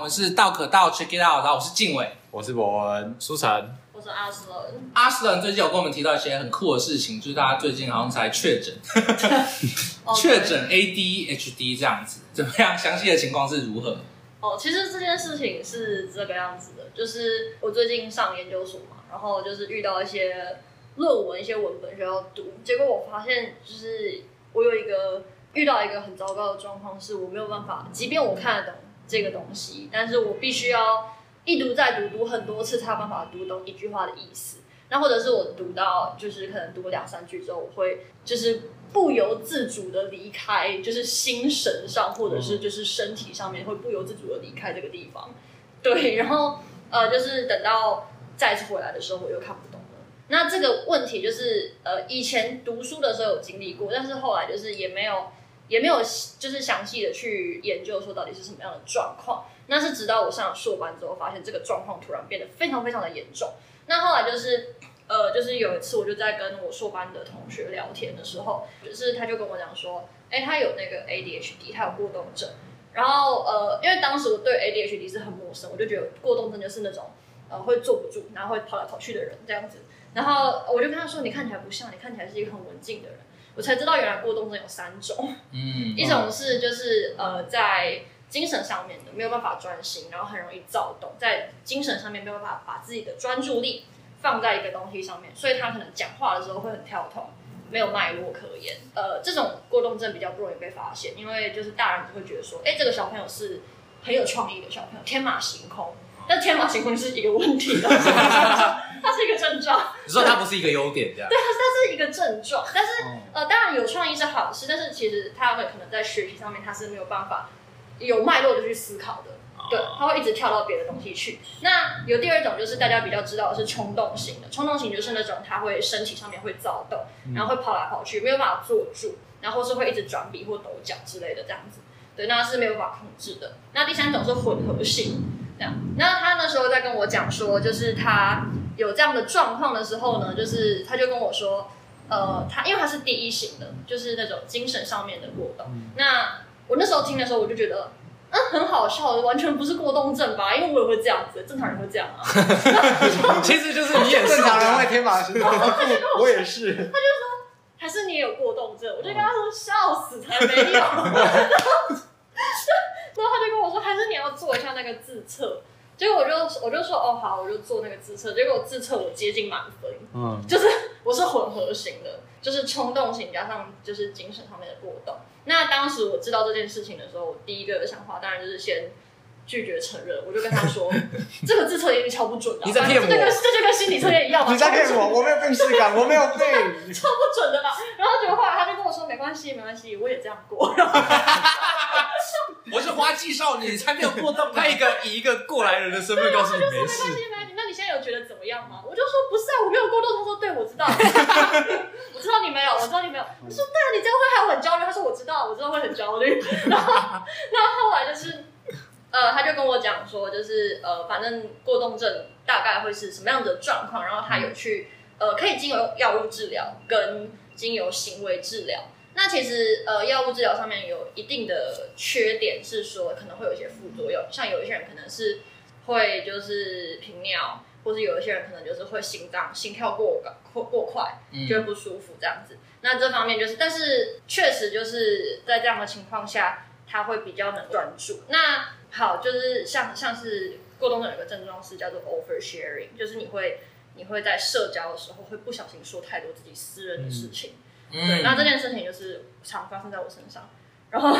们是道可道 Check It Out，然后我是静伟。我是博文，苏晨，我说阿斯伦，阿斯冷最近有跟我们提到一些很酷的事情，就是大家最近好像才确诊，哦确诊 ADHD 这样子，怎么样？详细的情况是如何？哦，其实这件事情是这个样子的，就是我最近上研究所嘛，然后就是遇到一些论文、一些文本需要读，结果我发现就是我有一个遇到一个很糟糕的状况，是我没有办法，即便我看得懂这个东西，但是我必须要一读再读，读很多次才有办法读懂一句话的意思。那或者是我读到就是可能读两三句之后，我会就是不由自主的离开，就是心神上或者是就是身体上面会不由自主的离开这个地方。对，然后呃，就是等到再次回来的时候，我又看不懂了。那这个问题就是呃，以前读书的时候有经历过，但是后来就是也没有也没有就是详细的去研究说到底是什么样的状况。那是直到我上了硕班之后，发现这个状况突然变得非常非常的严重。那后来就是呃，就是有一次我就在跟我硕班的同学聊天的时候，就是他就跟我讲说，哎、他有那个 ADHD，他有过动症。然后呃，因为当时我对 ADHD 是很陌生，我就觉得过动症就是那种呃会坐不住，然后会跑来跑去的人这样子。然后我就跟他说，你看起来不像，你看起来是一个很文静的人。我才知道原来过动症有三种。嗯，一种是就是呃在精神上面的没有办法专心，然后很容易躁动，在精神上面没有办法把自己的专注力放在一个东西上面，所以他可能讲话的时候会很跳痛，没有脉络可言。呃，这种过动症比较不容易被发现，因为就是大人只会觉得说，哎、这个小朋友是很有创意的小朋友，天马行空。但天马行空是一个问题，它是一个症状， 它是一个症状。你说他不是一个优点这样？这是一个症状，但是、呃，当然有创意是好事，但是其实他们可能在学习上面他是没有办法有脉络的去思考的，对，他会一直跳到别的东西去。那有第二种就是大家比较知道的是冲动型的，冲动型就是那种他会身体上面会躁动，然后会跑来跑去，没有办法坐住，然后是会一直转笔或抖脚之类的这样子，对，那是没有办法控制的。那第三种是混合型，这样。那他那时候在跟我讲说，就是他有这样的状况的时候呢，就是他就跟我说，呃，他因为他是第一型的，就是那种精神上面的过动。那我那时候听的时候，我就觉得。嗯，很好笑，完全不是过动症吧？因为我也会这样子，正常人会这样啊。嗯其实就是你也是正常人会天马行空，我也是，还是你也有过动症？我就跟他说笑死才没有。然 后他就跟我说，还是你要做一下那个自测。结果我就我就说哦好，我就做那个自测。结果自测我接近满分，嗯，就是我是混合型的，就是冲动型加上就是精神上面的波动。那当时我知道这件事情的时候，我第一个想法当然就是先拒绝承认，我就跟他说这个自测也敲不准的、你在骗我这个这就跟心理测验一样 嘛，你在骗敲不准我，我没有病耻感，我没有病，超不准的吧？然后结果后来他就跟我说没关系，没关系，我也这样过。然后我是花季少女，才没有过动。他一个以一个过来人的身份告诉你没没关系，事，没关系。那你现在有觉得怎么样吗？我就说不是啊，我没有过动。他说对，我知道， 我知道你没有，我知道你没有。我说对啊，你这样会害我很焦虑。他说我知道，我知道会很焦虑。 然后，然后后来就是，呃，他就跟我讲说，就是呃，反正过动症大概会是什么样子的状况，然后他有去呃，可以经由药物治疗跟经由行为治疗。那其实呃，药物治疗上面有一定的缺点是说，可能会有一些副作用，像有一些人可能是会就是频尿，或是有一些人可能就是会心脏心跳过高过过快， 嗯就会不舒服这样子。那这方面就是，但是确实就是在这样的情况下，他会比较能专注。那好，就是像像是过动症有个症状是叫做 oversharing，就是你会你会在社交的时候会不小心说太多自己私人的事情。对，那这件事情就是常发生在我身上。然后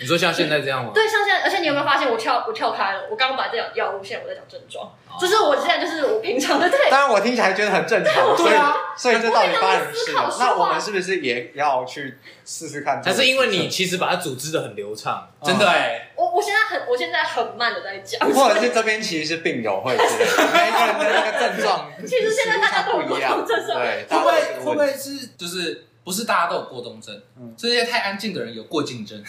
你说像现在这样吗？对，像现在，而且你有没有发现我跳我跳开了？我刚刚把这讲药物，现在我在讲症状，这是我现在就是我平常的对。当然我听起来觉得很正常，所以对啊所以这到底发生什么事我也这样了思？考那我们是不是也要去试试看？还是因为你其实把它组织的很流畅，嗯真真的的哎，我我现在很我现在很慢的在 讲，或者是这边其实是病友会之类的，每个人的那个症状其实 现在大家都有不一样，不同症状对，会大不家会都有会问不会是就是不是大家都有过动症嗯？这些太安静的人有过竞争，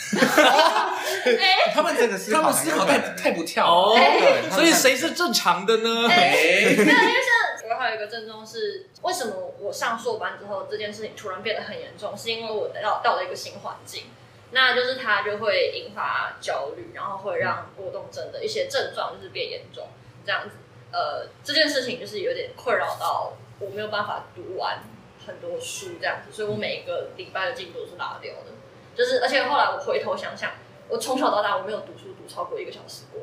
哎他们这个思他考们很思有考可太能太不跳哦了。对他们所以谁是正常的呢？哎，没有，因为现在我还有一个症状是，为什么我上硕班之后这件事情突然变得很严重，是因为我到到了一个新环境，那就是它就会引发焦虑，然后会让过动症的一些症状就是变严重，这样子。呃，这件事情就是有点困扰到我没有办法读完很多书这样子，所以我每一个礼拜的进度都是拉掉的。就是而且后来我回头想想，我从小到大我没有读书读超过一个小时过，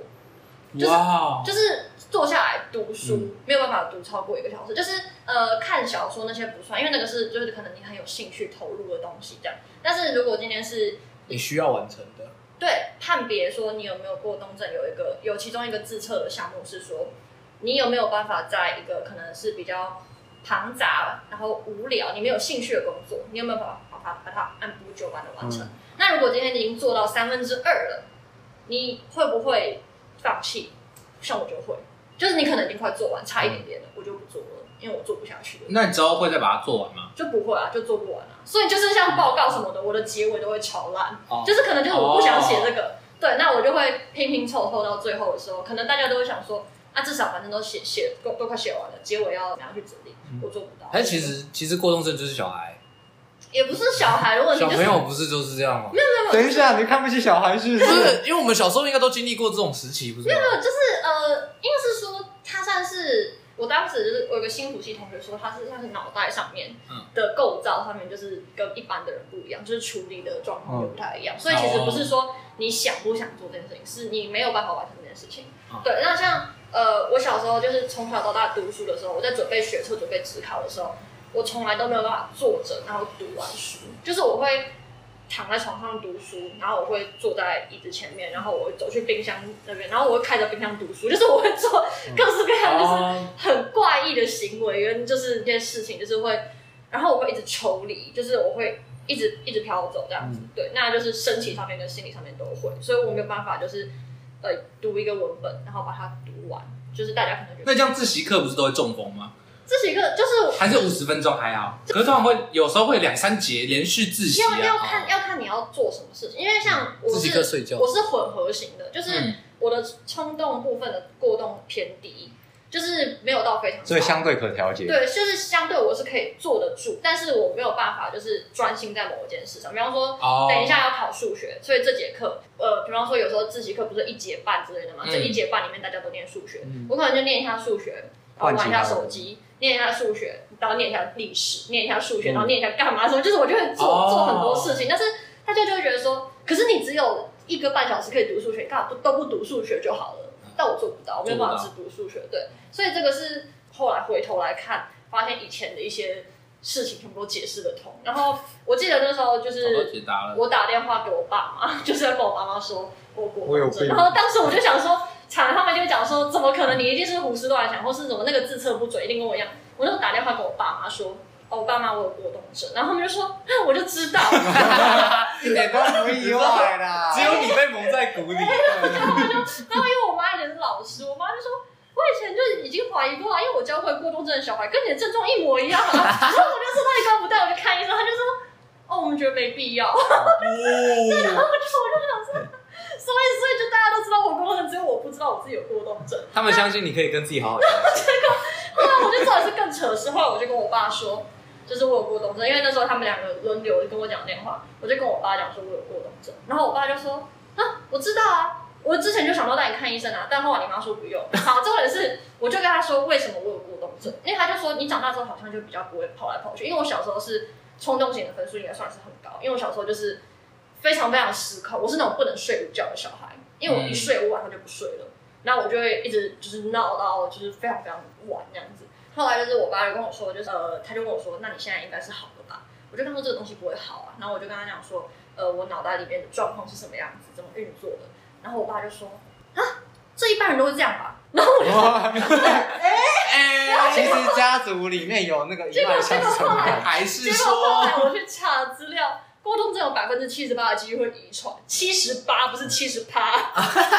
就是哇，就是坐下来读书、没有办法读超过一个小时，就是呃看小说那些不算，因为那个是就是可能你很有兴趣投入的东西这样。但是如果今天是你需要完成的。对判别说你有没有过动症，有一个有其中一个自测的项目是说你有没有办法在一个可能是比较庞杂然后无聊你没有兴趣的工作，你有没有办法把它把它按部就班的完成？那如果今天你已经做到三分之二了，你会不会放弃？像我就会，就是你可能已经快做完，差一点点了，我就不做了，因为我做不下去了。那你之后会再把它做完吗？就不会啊，就做不完啊。所以就是像报告什么的，我的结尾都会超烂，哦就是可能就是我不想写这个，对，那我就会拼拼凑凑到最后的时候，可能大家都会想说，啊，至少反正都写写都都快写完了，结尾要拿去整理，我做不到。但其实其实过动症就是小孩，也不是小孩，如果你小就是朋友不是就是这样吗？等一下，你看不起小孩是不不是？是，因为我们小时候应该都经历过这种时期，不是吗？就是呃，应该是说他算是我当时就是我有个新浦系同学说他是像是脑袋上面的构造上面就是跟一般的人不一样，就是处理的状况就不太一样，所以其实不是说你想不想做这件事情，是你没有办法完成这件事情。哦对，那像呃，我小时候就是从小到大读书的时候，我在准备学测、准备职考的时候，我从来都没有办法坐着然后读完书，就是我会躺在床上读书，然后我会坐在椅子前面，然后我会走去冰箱那边，然后我会开着冰箱读书，就是我会做各式各样哦就是很怪异的行为跟就是一件事情，就是会，然后我会一直抽离，就是我会一直一直飘走这样嗯子，对，那就是身体上面跟心理上面都会，所以我没有办法就是呃读一个文本，然后把它读完，就是大家可能觉得那这样自习课不是都会中风吗？这是一个就是还是五十分钟还好？可是通常会有时候会两三节连续自习要要啊。看、要看你要做什么事情，因为像我自己是课睡觉我是混合型的，就是嗯我的冲动部分的过动偏低，就是没有到非常高，所以相对可调节。对，就是相对我是可以坐得住，但是我没有办法就是专心在某一件事上，比方说。哦，等一，下要考数学，所以这节课，呃，比方说有时候自习课不是一节半之类的嘛，嗯这一节半里面大家都念数学，我可能就念一下数学，然后换玩其一他下的手机，念一下数学，然后念一下历史，念一下数学，然后念一下干嘛什么，就是我就会做、嗯哦做很多事情，但是大家就会觉得说，可是你只有一个半小时可以读数学，你干嘛不都不读数学就好了？嗯但我做不到，我没有办法只做读数学，对，所以这个是后来回头来看，发现以前的一些事情全部都解释得通。然后我记得那时候就我都是解答了。我打电话给我爸妈， 就是要跟我爸妈说我我过有动症，病然后当时我就想说，惨了，他们就讲说，怎么可能你一定是胡思乱想，或是怎么那个自测不准，一定跟我一样。我就打电话给我爸妈说，哦，我爸妈我有过动症，然后他们就说， 哼我就知道，一点都不意外啦只有你被蒙在鼓里。然后因为我妈以前是老师，我妈就说。哎我以前就已经怀疑过啊，因为我教会过动症的小孩跟你的症状一模一样啊。然后我就说那你干嘛不带我去看医生？他就说哦，我们觉得没必要。然后我就我就想说，所以所以就大家都知道我过动症，只有我不知道我自己有过动症。他们相信你可以跟自己好好相处。后来我就知道是更扯的是，后来我就跟我爸说，就是我有过动症，因为那时候他们两个轮流跟我讲电话，我就跟我爸讲说我有过动症，然后我爸就说啊，我知道啊。我之前就想到带你看医生啊，但后来你妈说不用。好，重点是，我就跟他说为什么我有过动症，因为他就说你长大之后好像就比较不会跑来跑去，因为我小时候是冲动型的分数应该算是很高，因为我小时候就是非常非常失控，我是那种不能睡午觉的小孩，因为我一睡我晚上就不睡了，那我就会一直就是闹到就是非常非常晚这样子。后来就是我爸就跟我说，就是呃，他就跟我说，那你现在应该是好了吧？我就跟他说这个东西不会好啊，然后我就跟他讲说，呃，我脑袋里面的状况是什么样子，怎么运作的。然后我爸就说，啊，这一般人都是这样吧？然后我就哇哎，其实家族里面有那个一结果脉结相果后承来的。还是结果后说来我去查资料，过动症有百分之七十八的几率会遗传，七十八不是七十 趴，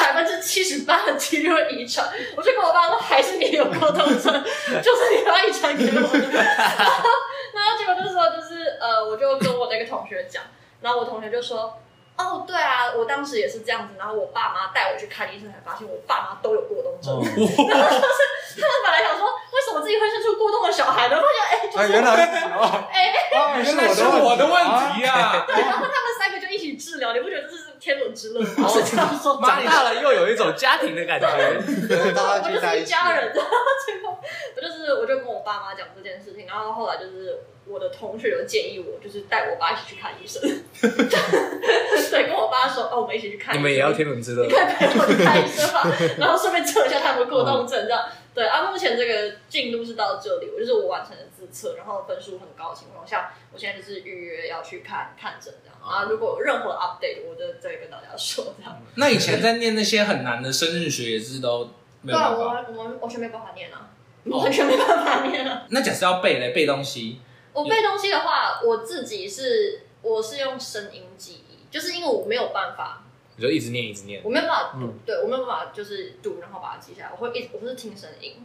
百分之七十八的几率会遗传。我就跟我爸说，还是你有过动症，就是你把遗传给我的。 然后然后结果那时候就是呃，我就跟我的一个同学讲，然后我同学就说。哦，对啊，我当时也是这样子，然后我爸妈带我去看医生，才发现我爸妈都有过动症。哦 他们本来想说，为什么自己会生出过动的小孩呢？发现哎，就哎，是原来是哦，哎原原来是我的啊问题啊！对，然后他们三个就一起情治疗，你不觉得这是天伦之乐吗？ 然后长大了又有一种家庭的感觉，大我家就聚在是一一起，家人，然后最后我就是我就跟我爸妈讲这件事情，然后后来就是我的同学有建议我，就是带我爸一起去看医生， 对，跟我爸说哦，我们一起去看医生，你们也要天伦之 乐你。可以陪我去看医生吧，然后顺便测一下他们过动症这样。对啊，目前这个进度是到这里，我就是我完成了自测，然后分数很高的情况下，我现在就是预约要去看看诊这样啊。如果有任何 update，我就再跟大家说这样。那以前在念那些很难的生日学也是都没对有啊，办我法。完我完完全没办法念 啊，完全没办法念啊。那假设要背嘞，背东西，我背东西的话，我自己是我是用声音记忆，就是因为我没有办法，你就一直念一直念，我没有办法读，嗯对我没有办法就是读，然后把它记下来。我会一直我是听声音，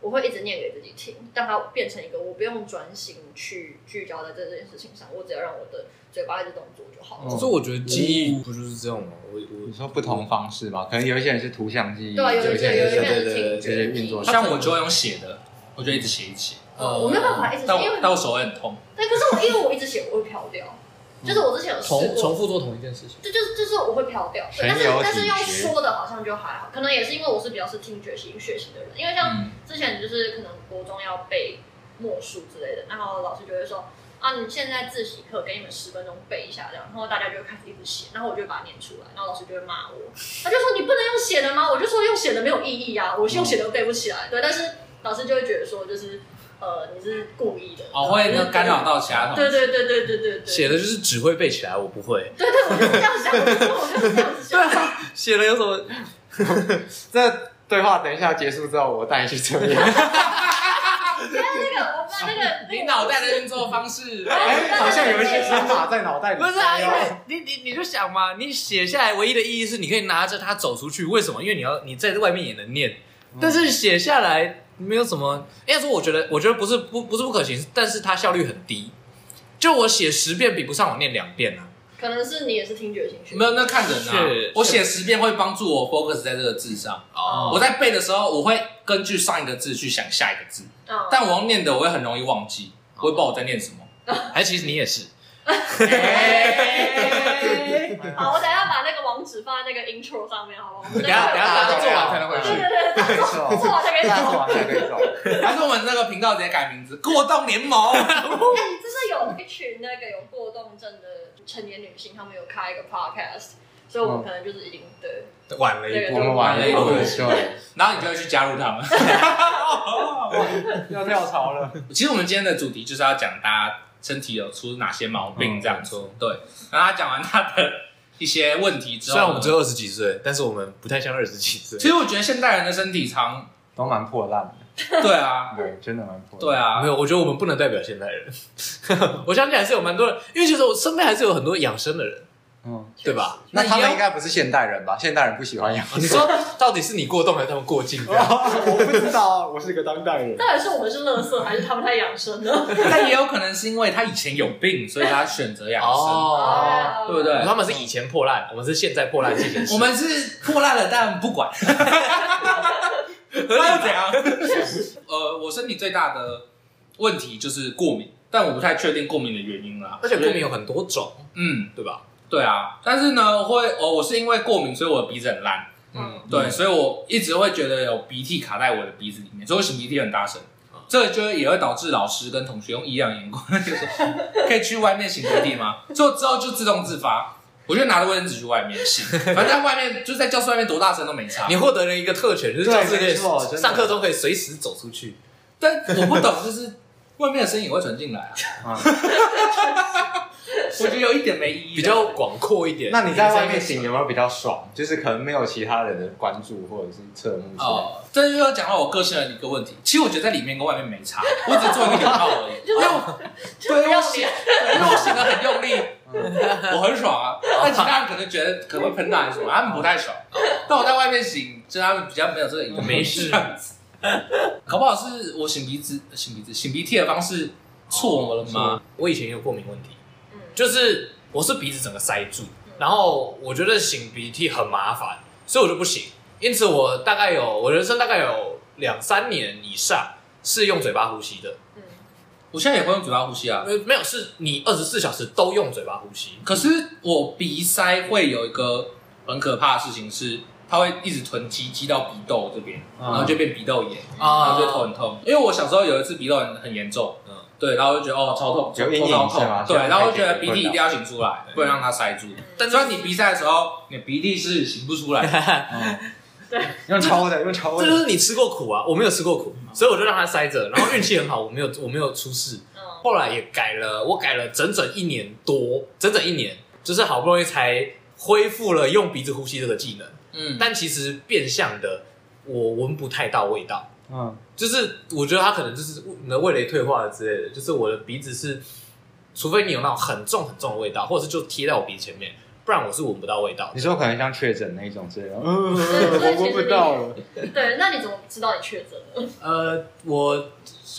我会一直念给自己听，让它变成一个我不用专心去聚焦在这件事情上，我只要让我的嘴巴一直动作就好了。可是我觉得记忆不就是这种吗？我我你说不同方式吧，可能有一些人是图像记忆，对啊，有一一些些有一些人人是是对对对听对觉对运作哦记忆像我就会用写的，我就一直写一直写，呃我没有办法一直写，但因为我但我手会很痛。对，可是我因为我一直写，我会飘掉。就是我之前有试过重重复做同一件事情。就就是就是我会飘掉，很对但是有但是体用觉说的好像就还好，可能也是因为我是比较是听觉型学习的人，因为像嗯，之前就是可能国中要背默书之类的，然后老师就会说啊，你现在自习课给你们十分钟背一下这样，然后大家就会开始一直写，然后我就会把它念出来，然后老师就会骂我，他就说你不能用写的吗？我就说用写的没有意义啊，我是用写的背不起嗯来，啊对，但是老师就会觉得说就是呃你是故意的，我哦会那干扰到其他同对学。对对对对对对，写的就是只会背起来，我不会。对对，我就是这样想，我就是这 样子想。啊写了有什么？这对话等一下结束之后，我带你去测验。那个，我们那个，那个你脑袋的运作方式，哎，好像有一些想法在脑袋里。 不是哎啊，因为你你你就想嘛，你写下来唯一的意义是你可以拿着它走出去。为什么？因为你要你在外面也能念，嗯但是写下来没有什么。应该说，我觉得我觉得不是不不是不可行，但是它效率很低。就我写十遍比不上我念两遍啊。可能是你也是听觉型学习 没有那看人啊是。我写十遍会帮助我 focus 在这个字上。哦我在背的时候，我会根据上一个字去想下一个字，嗯哦但我要念的，我会很容易忘记，我会不知道我在念什么。还其实你也是，好，我等一下把那个网址放在那个 intro 上面，好不好？我们等一下等一下大他家做完才能回对对去。对对，没错，做完才可以大家讲。做完才可以走。还是我们那个频道直接改名 字“过动联盟哎就是有一群那个有过动症的成年女性，她们有开一个 podcast，所以我们可能就是已经对晚了对我们玩了一对轮，对对，”，然后你就会去加入他们。要跳槽了。其实我们今天的主题就是要讲大家身体有出哪些毛嗯病这样子。对，然后他讲完他的一些问题之虽后呢，然我们只有二十几岁，但是我们不太像二十几岁其。实我觉得现代人的身体常都蛮破烂的，对啊，对，真的蛮破烂。对，啊 没，有，我觉得我们不能代表现代人。 我相信还是有蛮多人，因为其实我身边还是有很多养生的人，嗯，对吧？那他那们也应该不是现代人吧？现代人不喜欢养。你说到底是你过动还是他们过 境？我不知道啊，我是个当代人。到底是我们是乐色，还是他们太养生了？ 但也有可能是因为他以前有病，所以他选择养生。哎哦，对不对他们是以前破烂，我们是现在破烂进行时。我们是破烂了，但不管，那又怎样？呃，我身体最大的问题就是过敏，但我不太确定过敏的原因啦。而且过敏，有很多种，嗯，对吧？对啊。但是呢，会哦，我是因为过敏，所以我的鼻子很烂。嗯，对，所以我一直会觉得有鼻涕卡在我的鼻子里面，所以我擤鼻涕很大声嗯。这就也会导致老师跟同学用异样眼光， 就说可以去外面擤鼻涕 吗？就之后就自动自发，我就拿着卫生纸去外面擤，反正在外面就在教室外面多大声都没差你。获得了一个特权，就是教室对没错真内的上课中可以随时走出去。但我不懂，就是外面的声音也会传进来啊， 我觉得有一点没意义啊。比较广阔一点。 那你在外面行有没有比较爽？就是可能没有其他人的关注或者是侧目之类的。哦，这就要讲到我个性的一个问题。其实我觉得在里面跟外面没差，我只做一个礼貌而 已。因为 我哎对，因为我不写，要对，因为我写的很用力， 我很爽啊。但其他人可能觉得可能会喷大什么，他们不太爽。但我在外面醒，就他们比较没有这个影响。没事，搞不好是我擤鼻子、擤鼻子、擤鼻涕的方式错了吗？我以前也有过敏问题，嗯就是我是鼻子整个塞住，嗯然后我觉得擤鼻涕很麻烦，所以我就不行。因此，我大概有我人生大概有两三年以上是用嘴巴呼吸的。嗯，我现在也会用嘴巴呼吸啊，呃，没有，是你二十四小时都用嘴巴呼吸。可是我鼻塞会有一个很可怕的事情是，它会一直囤积积到鼻窦这边，嗯然后就变鼻窦炎，然啊后就头很痛。因为我小时候有一次鼻窦炎很严重，嗯对，然后就觉得哦超痛，有阴头影超是吗痛，对，现在然后就可以觉得可以鼻涕一定要擤出来，不能让它塞住。但虽然你鼻塞的时候，你鼻涕是擤不出来的，嗯，对，用抽的，用抽这就的，是你吃过苦啊，我没有吃过苦，所以我就让它塞着，然后运气很好，我没有我没有出事。嗯，后来也改了，我改了整整一年多，整整一年，就是好不容易才恢复了用鼻子呼吸这个技能。嗯，但其实变相的，我闻不太到味道，嗯，就是我觉得它可能就是你的味蕾退化了之类的，就是我的鼻子是，除非你有那种很重很重的味道，或者是就贴在我鼻子前面，不然我是闻不到味道你。说可能像确诊那一种之类的，嗯，所以我其实闻不到了，对，那你怎么知道你确诊了？ 呃，我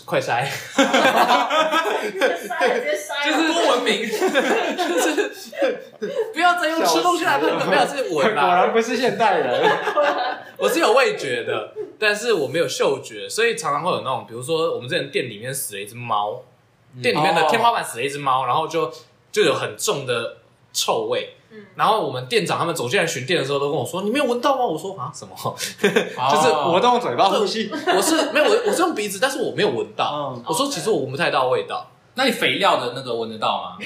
快塞，塞了，直接塞了。多文 明，不要再用吃东西来喷笑死了，了没有是果闻啦，然不是现代人，我是有味觉的，但是我没有嗅觉，所以常常会有那种，比如说我们之前店里面死了一只猫，店里面的哦天花板死了一只猫，然后就就有很重的臭味。嗯，然后我们店长他们走进来巡店的时候，都跟我说：“你没有闻到吗？”我说：“啊，什么？就是我都用嘴巴呼吸，我是没有，我我是用鼻子，但是我没有闻到。嗯我说：“其实我闻不太到味道。那你肥料的那个闻得到吗？”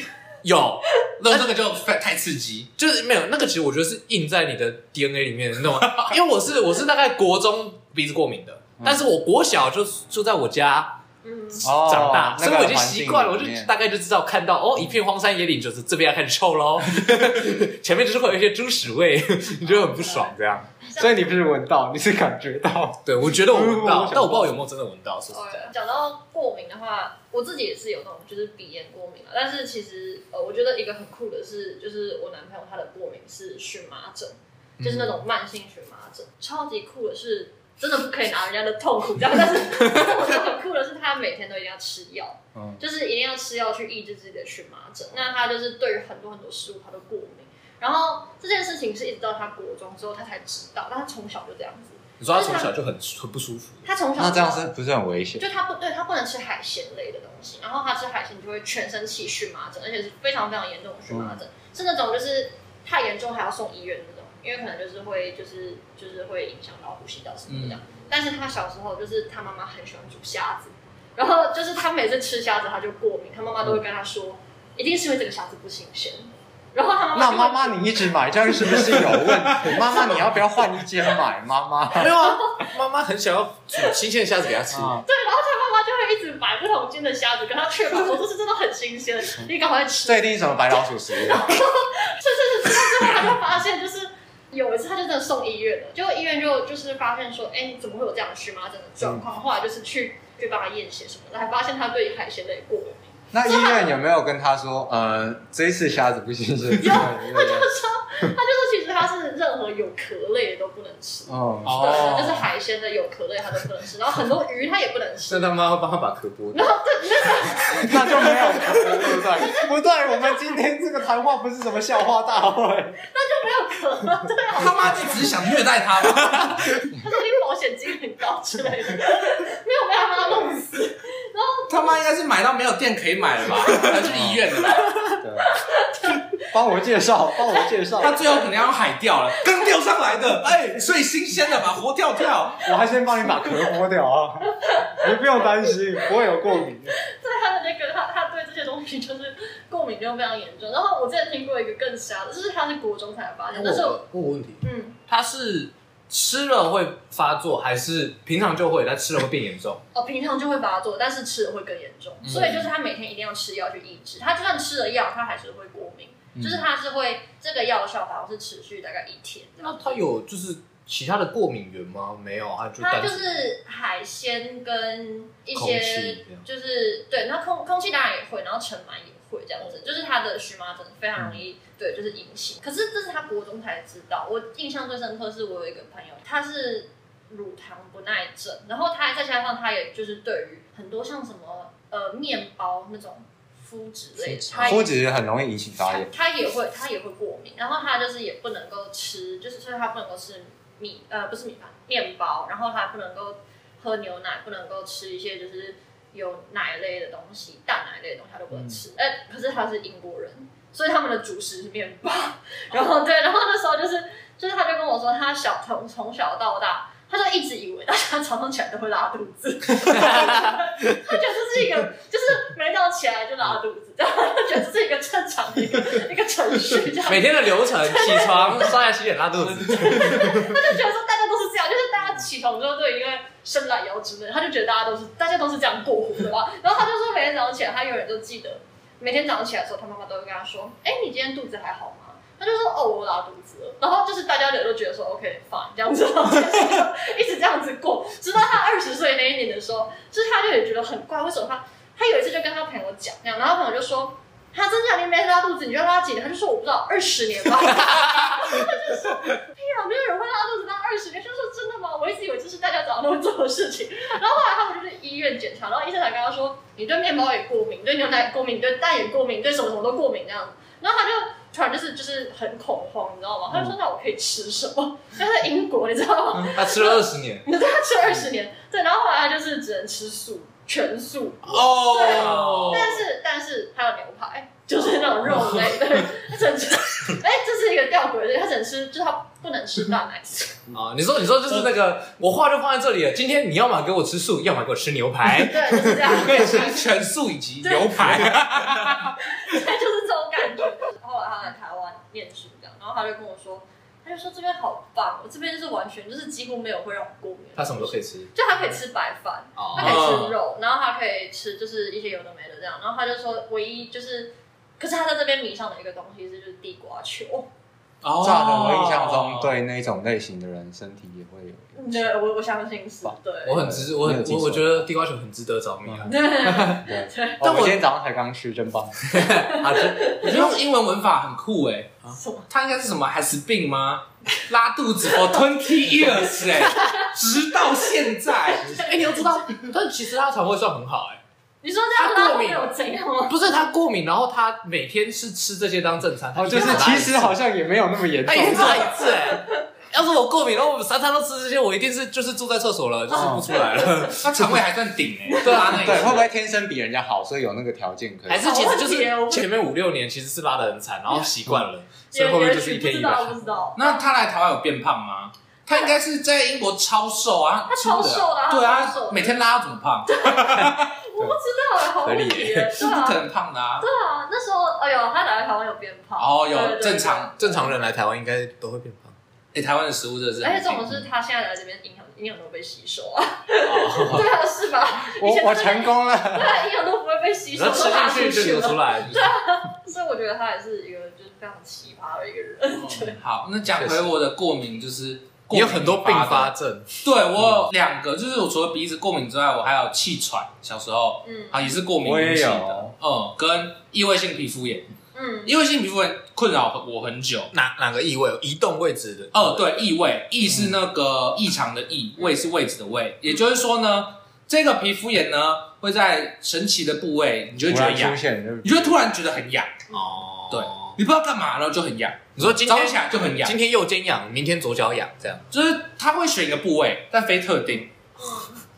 有，那那个就太太刺激，就是没有那个，其实我觉得是印在你的 DNA 里面的那种。因为我是我是大概国中鼻子过敏的，但是我国小就就在我家嗯，哦长大，那所个以我已经环习境惯了，我里就面大概就知道看到哦，一片荒山野岭，就是这边要开始臭喽， 前面就是会有一些猪屎味， 你就会很不爽这样。 所以你不是闻到，你是感觉到，对，我觉得我闻嗯我到，想但我不知道有没有真的闻到，是不哦是？讲到过敏的话，我自己也是有那种就是鼻炎过敏啊，但是其实呃，我觉得一个很酷的是，就是我男朋友他的过敏是荨麻疹，就是那种慢性荨麻疹，超级酷的是。真的不可以拿人家的痛苦这样，但是但是我觉得很酷的是，他每天都一定要吃药， 嗯，就是一定要吃药去抑制自己的荨麻疹。那他就是对于很多很多食物他都过敏，然后这件事情是一直到他国中之后他才知道，但他从小就这样子，你说他从小就很很不舒服，他从 小那这样是不是很危险？就他不对，他不能吃海鲜类的东西，然后他吃海鲜就会全身起荨麻疹，而且是非常非常严重的荨麻嗯疹，是那种就是太严重还要送医院那种，因为可能就是会就是就是会影响到呼吸道什么的这样。嗯但是他小时候就是他妈妈很喜欢煮虾子，然后就是他每次吃虾子他就过敏，他妈妈都会跟他说，一定是因为这个虾子不新鲜。然后 他妈妈嗯那就会妈妈，你一直买，这样是不是有问题？妈妈，你要不要换一间买？妈 妈，没有啊？妈妈很想要煮新鲜的虾子给他吃，啊对，然后他妈妈就会一直买不同斤的虾子跟他确 保说这是真的很新鲜，嗯你赶快吃。这一定是什么白老鼠食物？ 是是是，之后他就发现，就是有一次他就真的送医院了，结果医院就就是发现说，哎、你怎么会有这样的荨麻疹的状况？后来就是去去帮他验血什么的，还发现他对海鲜类过敏。 那医院有没有跟他说，呃，这一次虾子不新鲜？ 他说，他就是其实他是任何有壳类的都不能 吃，哦，对，就是海鲜的有壳类他都不能吃，然后很多鱼他也不能吃。那他妈妈帮他把壳剥然掉。后对，那那就没有壳，对 不对？不对，我们今天这个谈话不是什么笑话大会，那就没有壳了，对啊，他妈就只是想虐待他吧。他说因为保险金很高之类的，没有被他妈弄死。 他妈应该是买到没有店可以买了 吧，还去医院了吧？对，帮我介绍，帮我介绍，他最后可能要用海钓了，刚钓上来的，哎、所以新鲜的嘛，活跳跳。 我还先帮你把壳剥掉啊，你不用担心，不会有过敏。对他的那个，他他对这些东西就是过敏就非常严重。然后我之前听过一个更瞎的， 就是他是国中才发现，但是我问我问题，嗯他是吃了会发作，还是平常就会，但吃了会变严重？哦，平常就会发作，但是吃了会更严嗯重，所以就是他每天一定要吃药去抑制。他就算吃了药，他还是会过敏，嗯就是他是会这个药效好像是持续大概一天这那样。他有就是其他的过敏源吗？没有，啊他就它单就纯是海鲜跟一空气些这样就是对，那空空气当然也会，然后尘螨也会这样嗯子，就是它的荨麻疹非常容易、对，就是引起。可是这是他国中才知道，我印象最深刻是我有一个朋友，他是乳糖不耐症，然后他再加上他也就是对于很多像什么呃面包那种麸质类的，他也麸质很容易引起发炎，他也会他也会过敏，然后他就是也不能够吃，就是所以他不能够吃米呃不是米饭面包，然后他不能够喝牛奶，不能够吃一些就是有奶类的东西、蛋奶类的东西，他都嗯不能吃。哎、可是他是英国人，所以他们的主食是面包。然后对，然后那时候就是就是他就跟我说，他小从从小到大，他就一直以为大家早上起来都会拉肚子， 他觉得这是一个就是每早起来就拉肚子， 这样他觉得这是一个正常的一个一个程序，这样每天的流 程，起床、刷牙、洗脸、拉肚子，就觉得说大家都是这样，就是大家起床之后都已经在伸懒腰之类，他就觉得大家都是大家都是这样过活的吧。然后他就说每天早上起来，他永远都记得每天早上起来的时候，他妈妈都会跟他说：“哎、你今天肚子还好吗？”他就说：“哦，我拉肚子了。”然后就是大家也都觉得说 OK fine 这样子，然后就是一直这样子过，直到他二十岁那一年的时候，就是他就也觉得很怪，为什么他他有一次就跟他朋友讲这样，然后他朋友就说。他真啊假你没拉肚子，你就拉几年？他就说我不知道，二十年吧。呀，没有人会拉肚子到二十年，这是真的吗？我一直以为这是大家早上都会做的事情。然后后来他们就去医院检查，然后医生才跟他说，你对面包也过敏，对牛奶也过敏，对蛋也过敏，对什么什么都过敏这样子。然后他就突然就是就是很恐慌，你知道吗？他就说那我可以吃什么？因为在英国，你知道吗？他吃了二十年。你知道他吃二十年，对，然后后来他就是只能吃素，全素。哦但是但是还有牛排，就是那种肉类的，他只能吃。 哎、这是一个吊诡的，他只能吃，就是他不能吃蛋奶。 啊，你说你说就是那个，我话就放在这里了。今天你要么给我吃素，要么给我吃牛 排。对，就是这样， 可以吃全素以及牛排，对，就是这种感觉。后来他来台湾念书这样，然后他就跟我说，他就说这边好棒，我这边就是完全就是几乎没有会让我过敏。他什么都可以吃。就他可以吃白饭，哦他可以吃肉，然后他可以吃就是一些有的没的这样，然后他就说唯一就是，可是他在这边迷上的一个东西是就是地瓜球。哦炸的，我印象中嗯对那种类型的人身体也会有影响。对，我我相信是对。我很值，我没很有记我错我觉得地瓜球很值得着迷啊。对，对，对但但我我今天早上才刚吃，真棒。好吃，我觉得英文文法很酷哎，什么？他应该是什么 has been 吗？拉肚子 for twenty years 哎，直到现在，哎，你要知道，但其实他肠胃算很好哎。你说这样拉他过没敏有怎样吗？不是他过敏，然后他每天是吃这些当正餐。他 哦，一就天是只拉其一次实好像也没有那么严他重一。天只拉一次哎。要是我过敏，然后我三餐都吃这些，我一定是就是住在厕所了，就是不出来了。他肠胃还算顶哎，对啊拉那一次对，会不会天生比人家好，所以有那个条件可以 还？是其实就好问是题哦前面五六年其实是拉的很惨，然后习惯了，也所以后面也就是许一不天知一道，百不。知道。那他来台湾有变胖吗？他应该是在英国超瘦啊，他超瘦的啊对他超瘦啊，的每天拉到怎么胖？我不知道哎，好合理问题耶，是对不啊可，能胖的啊。对啊，那时候哎呦，他来台湾有变胖，哦，对对有对正常，正常人来台湾应该都会变胖。哎，台湾的食物真的是而且很这顶，种是他现在来这边营养营养都被吸收啊，哦， 对啊，是吧？以前我我不是成功了，对啊，营养都不会被吸收，然后吃都打进去就去流 出了。来，就是所以我觉得他也是一个就是非常奇葩的一个人。嗯好，那讲回我的过敏，就是过敏你有很多并引发的。症，对我有两个，就是我除了鼻子过敏之外，我还有气喘，小时候嗯啊也是过敏我引也起的有，嗯，跟异位性皮肤炎，嗯，异位性皮肤炎困扰我很久。哪哪个异位？移动位置的哦，，对，异位，异是那个异常的异，位是位置的位，也就是说呢，这个皮肤炎呢会在神奇的部位，你就会突觉得然痒出，现，对不你对就会突然觉得很痒，哦，对你不知道干嘛，然后就很痒，你说今早起天来就很痒今，天右肩痒，明天左脚痒，这样就是他会选一个部位，但非特定。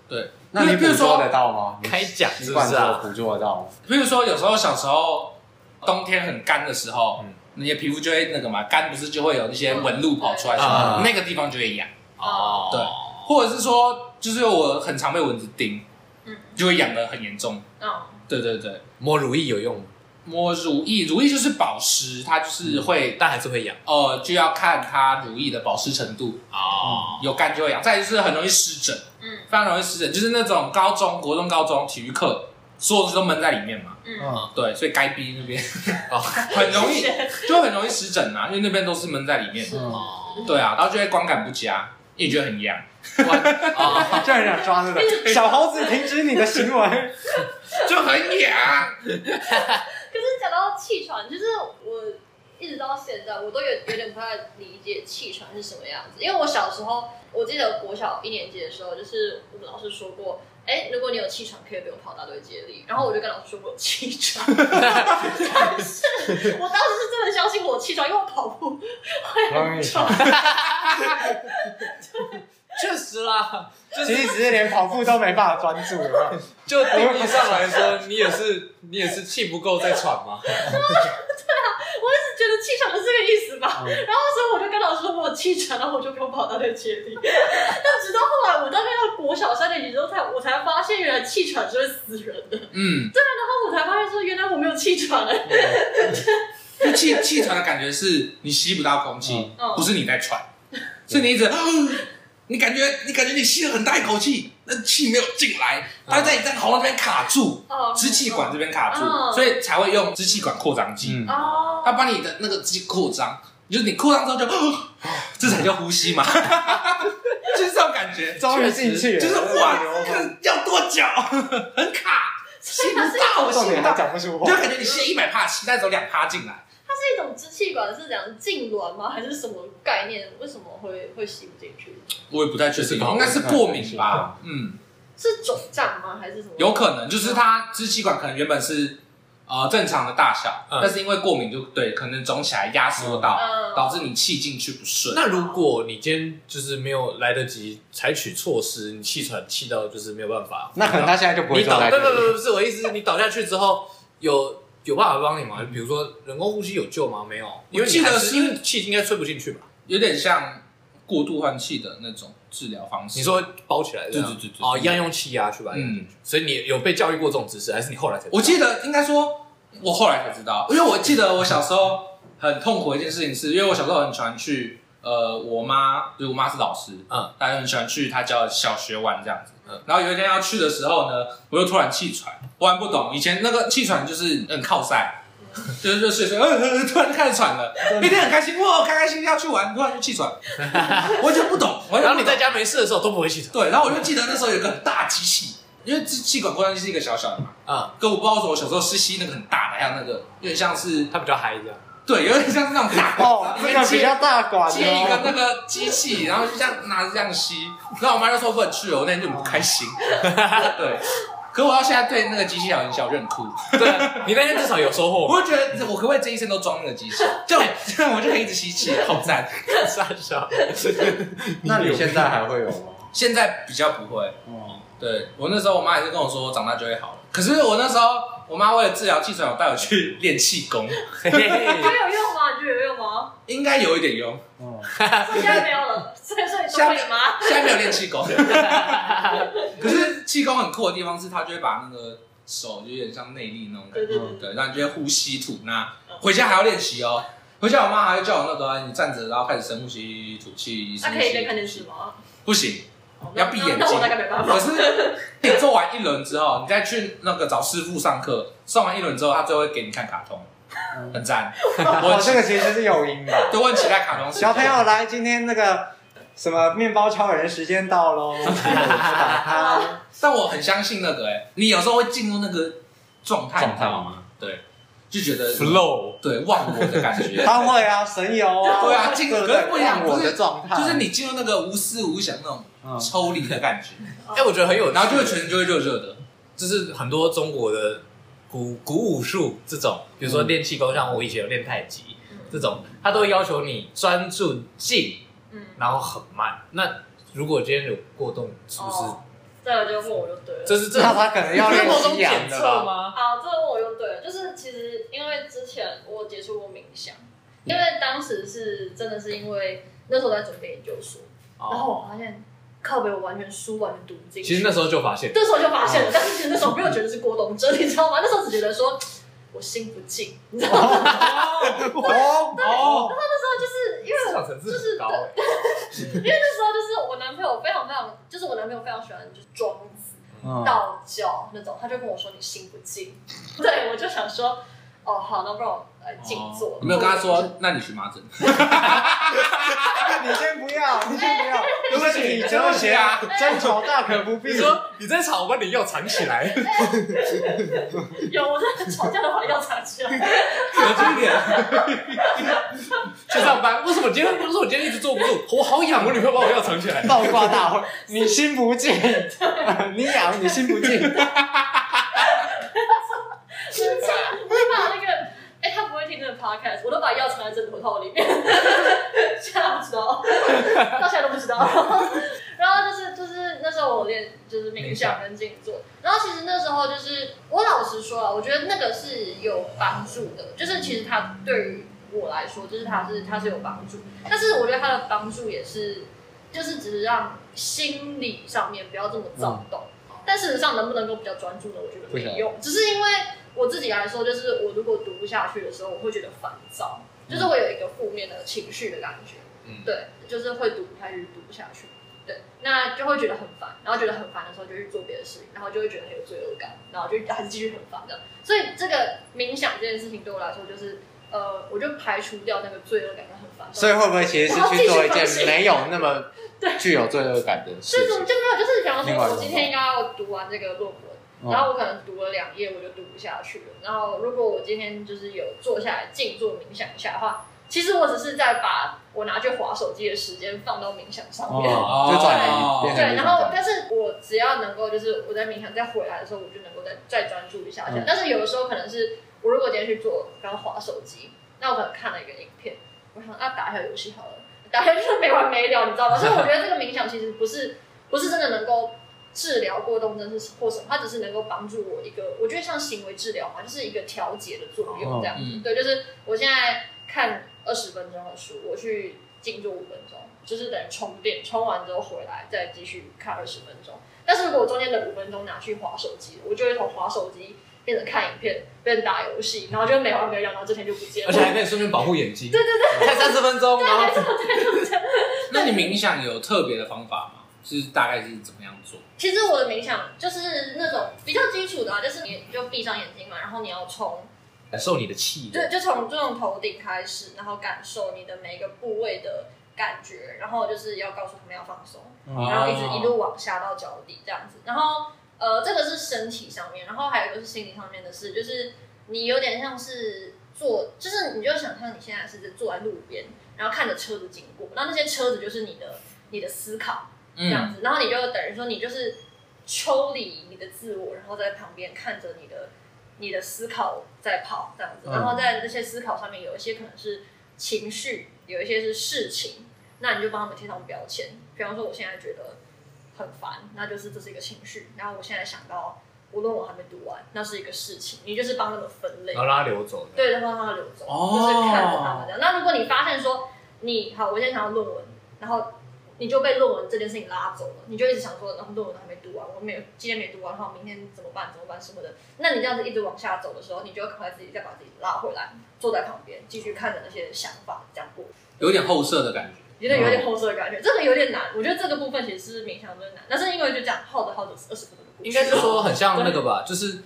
对，哦那你比如捕捉得说，到吗？你开讲习是不惯是之后啊？捕捉得到吗？比如说有时候小时候冬天很干的时候嗯，你的皮肤就会那个嘛，干不是就会有那些纹路跑出来，嗯啊那个地方就会痒，哦，对或者是说，就是我很常被蚊子叮嗯，就会痒得很严重。哦，对对对，抹乳液有用吗？摸乳液，乳液就是保湿，它就是会但还是会痒呃，就要看它乳液的保湿程度，哦。有干就会痒。再来就是很容易湿疹，嗯非常容易湿疹，就是那种高中、国中、高中体育课，所有东西都闷在里面嘛。嗯，嗯，对，所以该逼那边 哦很容易，就很容易湿疹啊，因为那边都是闷在里面。是嗯哦，对啊，然后就会光感不佳，因为觉得很痒。哦就很想 抓那个哎小猴子，停止你的行 为。就很痒，可是讲到气喘，就是我一直到现在，我都有有点不太理解气喘是什么样子。因为我小时候，我记得国小一年级的时候，就是我们老师说过，哎、如果你有气喘，可以不用跑大队接力。然后我就跟老师说我有气喘，但是我当时是真的相信我有气喘，因为我跑步会容易很喘。确实啦，其实只是连跑步都没办法专注有 没有就定义上来说，你也是你也是气不够在喘吗？我也是觉得气喘是这个意思吧。然后所以我就跟老师说我有气喘，然后我就不用跑到那阶梯。但直到后来我大概到国小三年级之后才，我才发现原来气喘是会死人的。嗯，然后我才发现说原来我没有气喘欸 了。就气气喘的感觉是你吸不到空气，嗯不是你在喘，所以你一直，你感觉你感觉你吸了很大一口气，那气没有进来，它在你在喉咙这边卡住，哦，支气管这边卡住，嗯所以才会用支气管扩张机。嗯哦，它把你的那个肌扩张，就是你扩张之后就， 这才叫呼吸嘛， 就是这种感觉，终于进去了，哎就是哇，这流个要多久， 很卡，吸不到，重吸点不他到，讲不出你就话，感觉你吸一百帕，吸带走两帕进来，它是一种支气管是讲痉挛吗？还是什么概念？为什么会会吸不进去？我也不太确定，应该是过敏吧，嗯，是肿胀吗？还是什么？有可能就是它支气管可能原本是。呃，正常的大小，嗯但是因为过敏就对，可能肿起来压缩到，嗯，导致你气进去不顺。那如果你今天就是没有来得及采取措施，你气喘气到就是没有办法，那可能他现在就不会你坐倒在不不这不里。不是我意思，是你倒下去之后有有办法帮你吗？比如说人工呼吸有救吗？没有，因为你还我记得是是因为气应该吹不进去吧？有点像过度换气的那种治疗方式。你说包起来这样，对对对对对嗯哦，一样用气压去把它压进去。所以你有被教育过这种知识，还是你后来才知道？我记得应该说，我后来才知道，因为我记得我小时候很痛苦的一件事情是，因为我小时候很喜欢去，呃，我妈，就是我妈是老师，嗯，她就很喜欢去她教小学玩这样子。嗯然后有一天要去的时候呢，我又突然气喘，我还不懂，以前那个气喘就是很靠塞。就是就睡睡，呃呃呃突然就开始喘 了。那天很开心，哇，开开心心要去玩，突然就气喘，我就不懂。我就不懂然后你在家没事的时候都不会气喘对，然后我就记得那时候有个很大机器，因为支气管扩张机是一个小小的嘛，啊，可我不知道为什么我小时候是吸那个很大的，还有那个有点像是，他比较嗨这 样。对，有点像是那种 大哦管，子，这个比较大管接接一个哦，那个机器，然后就这样拿着这样吸，然后我妈就说不能去了，我那天就很不开心。对，可我到现在对那个机器有印象，我就很酷，对啊，你那天至少有收获嘛？我就觉得我可不可以这一生都装那个机器，就这样我就可以一直吸气，好赞。傻笑。那你现在还会有吗？现在比较不会，哦，对我那时候，我妈也是跟我说，长大就会好了。可是我那时候，我妈为了治疗气喘，有带我去练气功，嘿嘿还嘿有用吗？你觉得有用吗？应该有一点用。嗯，哎我现在没有了，所以所以都会吗？现在没有练气 功，可是气功很酷的地方是，它就会把那个手就有点像内力那种感对觉，对对对，嗯对，让你觉得呼吸吐纳。回家还要练习哦，回家我妈还会叫我那个啊、你站着，然后开始深呼吸、吐气、那深呼可以边吸。看电视吗？不行，哦要闭眼睛那那我大概没办法。可是你做完一轮之后，你再去那个找师傅上课，上完一轮之后，他最后会给你看卡通，嗯很赞。我哦，这个其实是诱因吧。都问其他卡通时间小朋友来，今天那个什么面包超人时间 到喽，啊但我很相信那个、欸，你有时候会进入那个状态，你状态知道吗？对，就觉得，flow。对忘我的感觉，他会啊，神游啊，对啊进对可是不一样忘我不的是状态，就是你进入那个无思无想那种嗯抽离的感觉，哎，我觉得很有趣，然后就会全身就会热热的。就是很多中国的古古武术这种，比如说练气功，像我以前有练太极嗯这种，它都会要求你专注静，嗯，然后很慢。那如果今天有过动，是不是？哦这个就问我就对了。这是这那他可能要这是练某种西检洋的测吧？吗？好，啊这个问我就对了，就是其实因为之前我接触过冥想，因为当时是真的是因为那时候在准备研究所，然哦，后我发现靠北我完全书完全读不进去，其实那时候就发 现，那时候就发现了，但是其实那时候没有觉得是郭董真， 你知道吗？那时候只觉得说我心不静，你知道吗？哦哦，那时候就是因为市场层次很高哎。因为那时候就是我男朋友非常非常，就是我男朋友非常喜欢就是庄子、嗯道教那种，他就跟我说你心不静，对我就想说哦好，那不然我来静坐。哦有没有跟他嗯说？那你荨麻疹？你先不要，你先不要，对不起，你哲学啊，真巧大可不必你。说你在吵，我把你药藏起来，有我在吵架的话要吵起来。冷静一点，去上班。为什么今天？为什么我今天一直坐不住？我好痒，我女啊朋友把我药藏起来。倒挂大会，你心不静，你养你心不静，真的，我把那个，哎、他不会听这个 podcast，我都把药藏在枕头套里面， 现在不知道，到现在都不知道。然后就是就是那时候道我有练就是冥想跟静坐，然后其实那时候就是我老实说啊，我觉得那个是有帮助的，就是其实它对于我来说，就是它是它是有帮助，但是我觉得它的帮助也是就是只是让心理上面不要这么躁动，但事实上能不能够比较专注呢？我觉得嗯不晓得没用，只是因为我自己来说，就是我如果读不下去的时候，我会觉得烦躁，嗯就是会有一个负面的情绪的感觉。嗯对，就是会读不下去，读不下去，对，那就会觉得很烦，然后觉得很烦的时候就去做别的事情，然后就会觉得很有罪恶感，然后就还是继续很烦的。所以这个冥想这件事情对我来说，就是呃，我就排除掉那个罪恶感跟很烦。所以会不会其实是去做一件没有那么对具有罪恶感的所以事怎么情？就没有？就是比方另外一说，种我今天应该要读完这个论文，嗯然后我可能读了两页，我就读不下去了。然后如果我今天就是有坐下来静坐冥想一下的话，其实我只是在把我拿去划手机的时间放到冥想上面。哦，就转移变成 一 对，种然后转移。但是我只要能够，就是我在冥想再回来的时候，我就能够再再专注一下下。嗯但是有的时候可能是我如果今天去做，然后划手机，那我可能看了一个影片，我想啊打一下游戏好了，打一下就是没完没了，你知 道吗？所以我觉得这个冥想其实不是不是真的能够治疗过动症是或什么，它只是能够帮助我一个，我觉得像行为治疗嘛，就是一个调节的作哦用这样子。嗯对，就是我现在看二十分钟的书，我去静坐五分钟，就是等于充电，充完之后回来再继续看二十分钟。但是如果我中间的五分钟拿去划手机，我就会从划手机变成看影片，变成打游戏，然后就没完没了，然后这天就不见而了且。还可以顺便保护眼睛。对对对，才三十分钟，然后那你冥想有特别的方法吗？就是大概是怎么样做？其实我的冥想就是那种比较基础的、啊，就是你就闭上眼睛嘛，然后你要从感受你的气对，就从这种头顶开始，然后感受你的每一个部位的感觉，然后就是要告诉他们要放松，啊然后一直一路往下到脚底这样子。然后呃，这个是身体上面，然后还有一个是心理上面的事，就是你有点像是坐，就是你就想象你现在是坐在路边，然后看着车子经过，那那些车子就是你的你的思考这样嗯子，然后你就等于说你就是抽离你的自我，然后在旁边看着你的你的思考在跑这样子，嗯然后在这些思考上面有一些可能是情绪，有一些是事情，那你就帮他们贴上标签，比方说我现在觉得很烦，那就是这是一个情绪，然后我现在想到我论文还没读完，那是一个事情，你就是帮他们分类然，后让它流走。对，然后让它流走，哦就是看着他们这样。那如果你发现说你好，我现在想要论文，然后你就被论文这件事情拉走了，你就一直想说，然后论文还没读完，我没有今天没读完，然后明天怎么办？怎么办什么的？那你这样子一直往下走的时候，你就要赶快自己再把自己拉回来，坐在旁边继续看着那些想法这样过。有点后设的感觉。有点有点后色的感觉，这个有点难。我觉得这个部分其实是勉强真的难，但是因为就这样耗着耗着二十分钟，应该是说很像那个吧，就是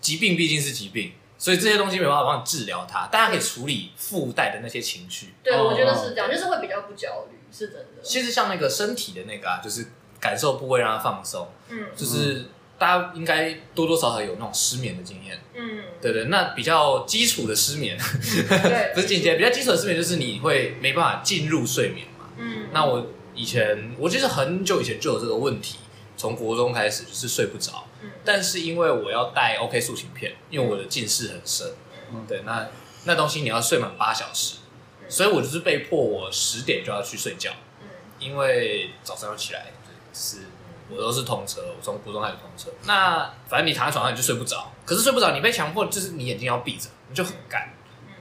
疾病毕竟是疾病，所以这些东西没办法帮你治疗它，但它可以处理附带的那些情绪。对，哦我觉得是这样，就是会比较不焦虑，是真的。其实像那个身体的那个啊，就是感受部位让它放松，嗯就是大家应该多多少少有那种失眠的经验，嗯，对对。那比较基础的失眠，对不是进阶，比较基础的失眠就是你会没办法进入睡眠嘛。嗯，那我以前我其实很久以前就有这个问题，从国中开始就是睡不着，嗯但是因为我要带 OK 塑形片，因为我的近视很深，嗯对，那那东西你要睡满八小时，嗯所以我就是被迫我十点就要去睡觉，嗯因为早上要起来，就是我都是通车，我从国中开始通车。那反正你躺在床上你就睡不着，可是睡不着你被强迫就是你眼睛要闭着，你就很干。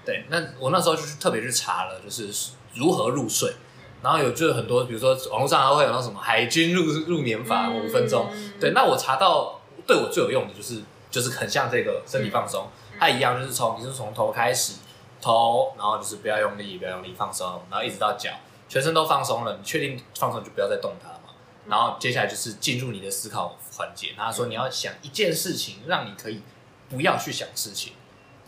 对，那我那时候就是特别去查了，就是如何入睡，然后有就是很多，比如说网络上还会有那种什么海军入入眠法嗯五分钟，对，那我查到对我最有用的就是就是很像这个身体放松，它一样就是从你是从头开始，头，然后就是不要用力，不要用力放松，然后一直到脚，全身都放松了，你确定放松就不要再动它嘛。嗯然后接下来就是进入你的思考环节，然后说你要想一件事情，让你可以不要去想事情。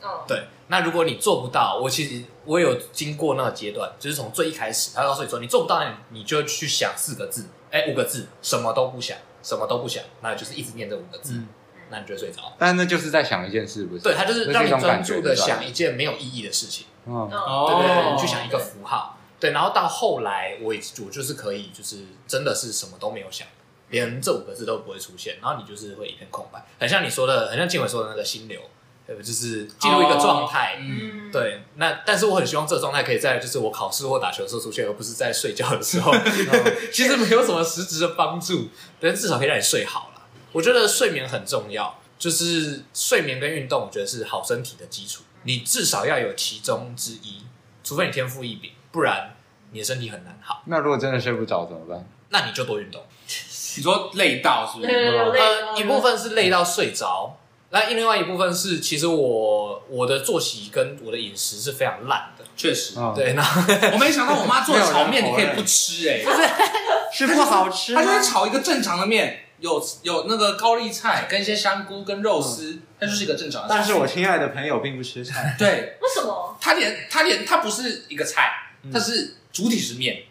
哦，对，那如果你做不到，我其实我有经过那个阶段，就是从最一开始，他告诉你说你做不到，你你就去想四个字，哎，五个字，什么都不想，什么都不想，那就是一直念这五个字，嗯那你就会睡着。但那就是在想一件事，不是？对，他就是那让一你种专感觉注的对吧想一件没有意义的事情，嗯，哦，哦对对对，你去想一个符号，对，然后到后来我已我就是可以，就是真的是什么都没有想。连这五个字都不会出现，然后你就是会一片空白，很像你说的，很像静伟说的那个心流，呃，就是进入一个状态。嗯，对，那但是我很希望这个状态可以在就是我考试或打球的时候出现，而不是在睡觉的时候。嗯其实没有什么实质的帮助，但至少可以让你睡好了。我觉得睡眠很重要，就是睡眠跟运动，我觉得是好身体的基础。你至少要有其中之一，除非你天赋异禀，不然你的身体很难好。那如果真的睡不着怎么办？那你就多运动。你说累到是不对是？对对，有累呃，到一部分是累到睡着，那另外一部分是其实我我的作息跟我的饮食是非常烂的。确实，嗯，，对，那我没想到我妈做的炒面你没有可人以不吃哎，是不好吃吗啊她就是炒一个正常的面，有有那个高丽菜跟一些香菇跟肉丝，嗯它就是一个正常的菜。，但是我亲爱的朋友并不吃菜对为什么？它连它连它不是一个菜，嗯它是主体是面，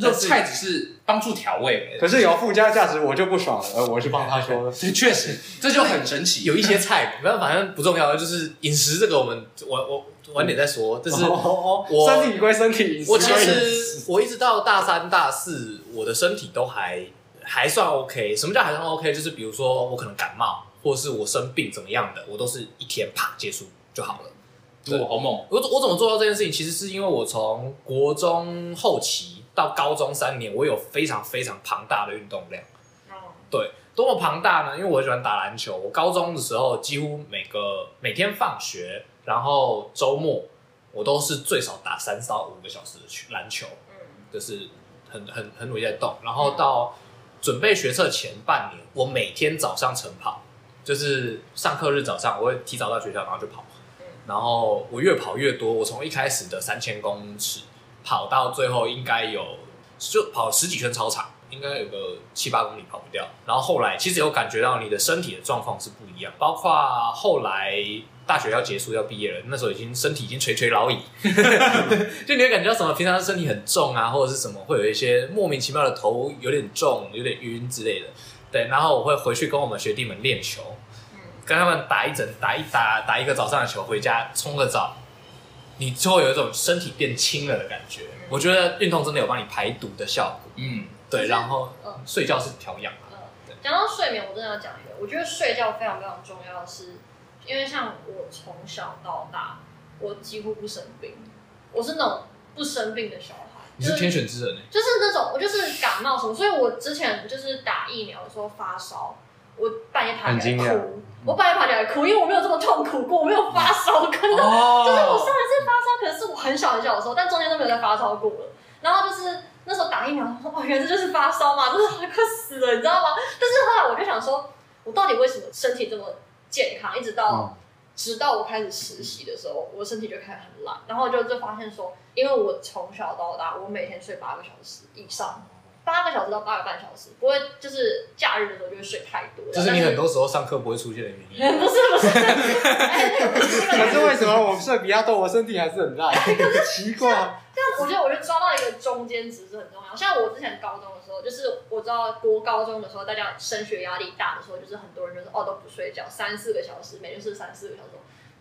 这但是菜只是帮助调味。 可是有附加价值我就不爽了，呃我是帮他说的。 对，确实这就很神奇。有一些菜， 没有，反正不重要，就是饮食这个我们我我晚点再说。但是哦哦我哦，身体归身体，饮食我其归饮实我一直到大三大四，我的身体都还还算 OK。什么叫还算 OK？就是比如说我可能感冒，或是我生病怎么样的，我都是一天啪结束就好了。对我好猛，我我怎么做到这件事情？其实是因为我从国中后期到高中三年，我有非常非常庞大的运动量。对，多么庞大呢？因为我喜欢打篮球，我高中的时候几乎每个每天放学，然后周末我都是最少打三到五个小时的球篮球，嗯，就是很很很努力在动。然后到准备学测前半年，我每天早上晨跑，就是上课日早上我会提早到学校，然后就跑嗯。然后我越跑越多，我从一开始的三千公尺跑到最后应该有就跑十几圈操场，应该有个七八公里跑不掉。然后后来其实有感觉到你的身体的状况是不一样，包括后来大学要结束要毕业了，那时候已经身体已经垂垂老矣，就你会感觉到什么？平常身体很重啊，或者是什么，会有一些莫名其妙的头有点重、有点晕之类的。对，然后我会回去跟我们学弟们练球，跟他们打一整打一打打一个早上的球，回家冲个澡，你就会有一种身体变轻了的感觉。我觉得运动真的有帮你排毒的效果。嗯，对，是然后嗯睡觉是调养啊嘛。嗯，讲到睡眠，我真的要讲一个，我觉得睡觉非常非常重要的是，因为像我从小到大，我几乎不生病，我是那种不生病的小孩，你是就是天选之人欸就是那种我就是感冒什么，所以我之前就是打疫苗的时候发烧，我半夜爬起很惊来讶哭，我半夜爬起来哭，因为我没有这么痛苦过，我没有发嗯烧， 可能就是我上哦，一次发烧，可能是我很小很小的时候，但中间都没有再发烧过了。然后就是那时候打疫苗，我说哦，原来这就是发烧嘛，真的快死了，你知道吗？但是后来我就想说，我到底为什么身体这么健康？一直到、嗯直到我开始实习的时候，我身体就开始很懒，然后就就发现说，因为我从小到大，我每天睡八个小时以上，八个小时到八个半小时，不会就是假日的时候就会睡太多，这是你很多时候上课不会出现的原因。 但是不是不是，哎那个不是那个可是为什么我睡比较多，我身体还哎是很烂？ 奇怪，但我觉得，我觉得抓到一个中间值是很重要。像我之前高中的时候，就是我知道国高中的时候，大家升学压力大的时候，就是很多人就是哦都不睡觉，三四个小时，每天是三四个小时。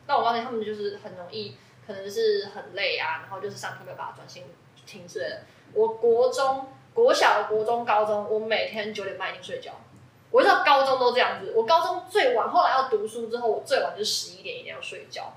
但我发现他们就是很容易，可能就是很累啊，然后就是上课没有办法专心听之类的。我国中、国小、国中、高中，我每天九点半一定睡觉。我一直到高中都这样子，我高中最晚，后来要读书之后，我最晚就是十一点一定要睡觉。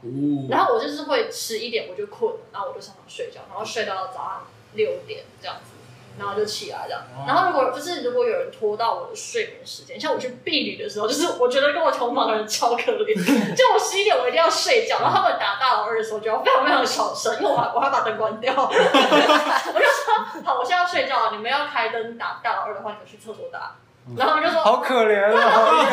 然后我就是会十一点我就困了，然后我就上床睡觉，然后睡到早上六点这样子，然后就起来这样。然后如果就是如果有人拖到我的睡眠时间，像我去避旅的时候，就是我觉得跟我同房的人超可怜， 就我十一点我一定要睡觉，然后他们打大老二的时候就要非常非常小声，因为我还我还把灯关掉， 我就说好，我现在要睡觉啊了，你们要开灯打大老二的话，你们去厕所打。然后他们就说好可怜 哦，一个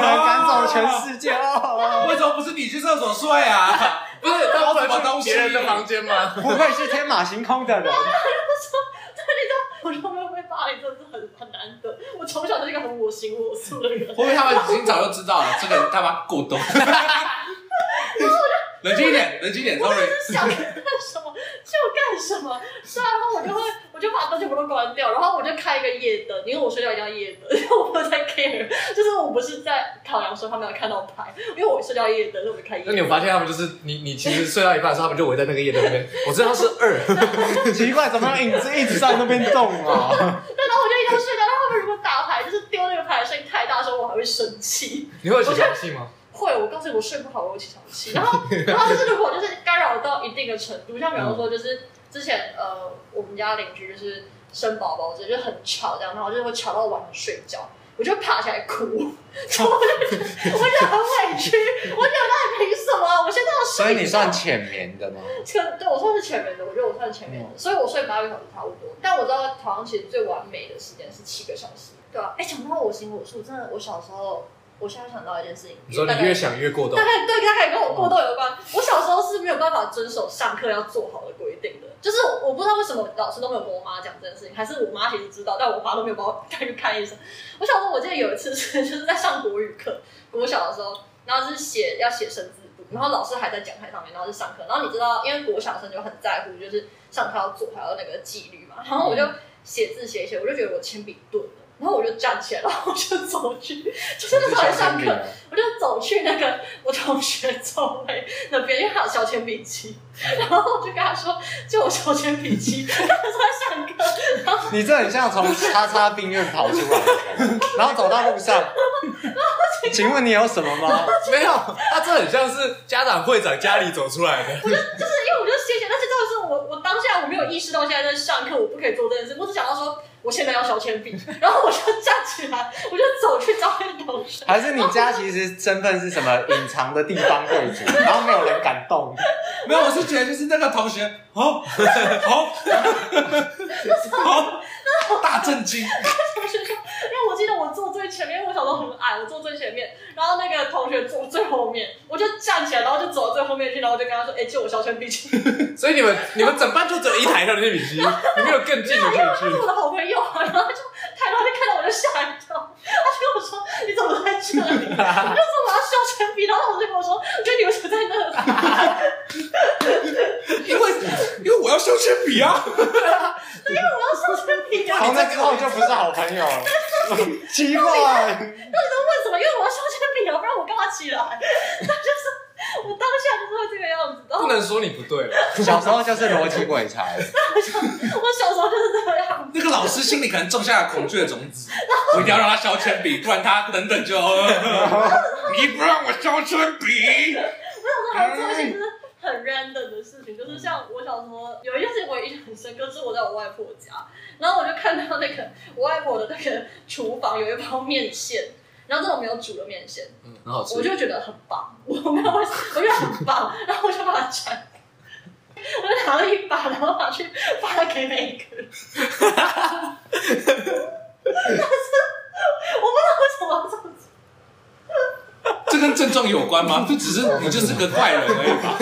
人赶走全世界哦。为什么不是你去厕所睡 啊？不是，他他后不来去能去别别人的人的房房间吗？不愧是天马行空的 人，我觉得我被霸凌真的是很很难得。我从小就是一个很我行我素的人会，不会他们已经早就知道了，这个人他妈过 冬？冷静一点，冷静一点，sorry。想干什么就干什么。虽然后我就会，我就把灯全部都关掉，然后我就开一个夜灯，因为我睡觉一定要夜灯，因为我不在 care，就是我不是在考量说他们有看到牌，因为我睡觉夜灯，所以我就开夜那灯。你有发现他们就是你，你其实睡到一半的时候，他们就围在那个夜灯 边。我知道是二，奇怪，怎么影子一直在那边动啊？对，然后我就一定要睡觉。然后他们如果打牌，就是丢那个牌的声音太大的时候，我还会生气。你会有起床气吗？会，我告诉你，我睡不好，我有起床气。然后， 然后就是如果就是干扰到一定的程度，像比方说就是之前呃，我们家邻居就是生宝宝，就是很吵这样，然后就是会吵到晚上睡觉。我就爬起来 哭，我就我就很委屈，我觉得那凭什么？我现在要 睡所以你觉算浅眠的吗？可对我算是全眠的，我觉得我算全眠的，所以我睡八个小时差不多。但我知道好像其实最完美的时间是七个小时，对啊。哎，讲到我行我素，真的，我小时候，我现在想到一件事情， 你说你大概越想越过动嗯大，概对，大概跟我过动有关。我小时候是没有办法遵守上课要做好的规定的，就是我不知道为什么老师都没有跟我妈讲这件事情，还是我妈其实知道，但我妈都没有帮我带去看医生。我小时候我记得有一次是就是在上国语课，我小的时候，然后是写要写生字簿，然后老师还在讲台上面，然后是上课，然后你知道，因为国小生就很在乎就是上课要做还有那个纪律嘛，然后我就嗯写字写一写，我就觉得我铅笔钝了，然后我就站起来，然后我就走去，就是那时候还上课，我就走去那个我同学座位那边，因为他有削铅笔机，然后我就跟他说借我削铅笔机，他说在上课，然后 你这很像从叉叉病院跑出来 的，然后走到路 上。请问你有什么吗？没有，他这很像是家长会长家里走出来 的。就是因为我就谢谢，但是这个是我我当下我没有意识到现在在上课，我不可以做这件事，我只想到说我现在要削铅笔，然后我就站起来，我就走去找那个同学，还是你家其实身份是什么隐藏的地方贵族，然后没有人敢 动？没有，我是觉得就是那个同学，哦，哦好，好， 大震惊，同学说，因为我记得我坐最前面，因为我小时候很矮，我坐最前面，然后那个同学坐最后面，我就站起来，然后就走到最后面去，然后我就跟他说，哎、借我削铅笔机。所以你们你们整班就只有一台的那笔 机，你没有更近的可以 他是去。我的好朋友啊，然后他就抬头就看到我就吓一跳，他就跟我说你怎么在这里？我就说我要削铅笔，然后我就跟我说，我觉得你为什么在那里？因为因为我要修铅笔啊，因为我要削铅笔啊！从那之后就不是好朋友 了。奇怪，那你知道为什么？因为我要削铅笔啊，不然我干嘛起来？他就是我当下就是会这个样子，然后 不能说你不对了，小时候就是逻辑鬼 才，我小时候就是这个样子。那个老师心里可能种下了恐惧的种子，我一定要让他削铅笔，不然他等等就， 你不让我削铅笔，我小时候还做一些就是很 random 的事情，就是像我小时候有一件事情我印象很深刻，就是我在我外婆家，然后我就看到那个我外婆的那个厨房有一包面线，然后这种没有煮的面线，嗯，很好吃我。就觉得很棒，我没有，我觉得很棒，然后我就把它转。我就拿了一把，然后拿去发给每一个人。但是我不知道为什么要这么做，这跟症状有关吗？就只是你就是个怪人而已吧。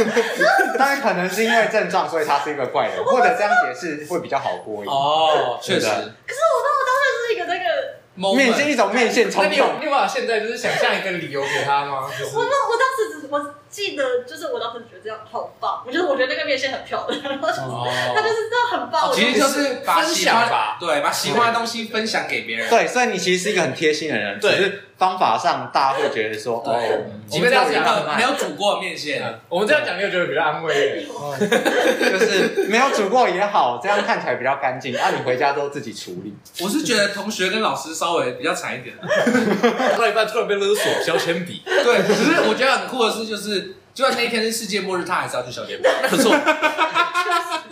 但可能是因为症状，所以他是一个怪人，或者这样解释会比较好过一点。哦，确实是，的可是我当我当时是一个那个面线一种面线冲那你有动，你有办法现在就是想象一个理由给他吗？就是我那我当时只我记得，就是我当时觉得这样好棒，我觉得我觉得那个面线很漂亮，然后就是哦。那就是真的很棒。我其实就就是把喜分享欢吧对，把喜欢的东西分享给别人。对，所以你其实是一个很贴心的人，只对是方法上大家会觉得说，对哦，即便他是一我们这样个讲没有煮过的面线，嗯我们这样讲，你有觉得比较安 慰？就是没有煮过也好，这样看起来比较干净，啊，你回家都自己处理。我是觉得同学跟老师稍微比较惨一点。到一半突然被勒索，削铅笔，对，只是我觉得很酷的是，就是就算那一天是世界末日，他还是要去小学。那不错。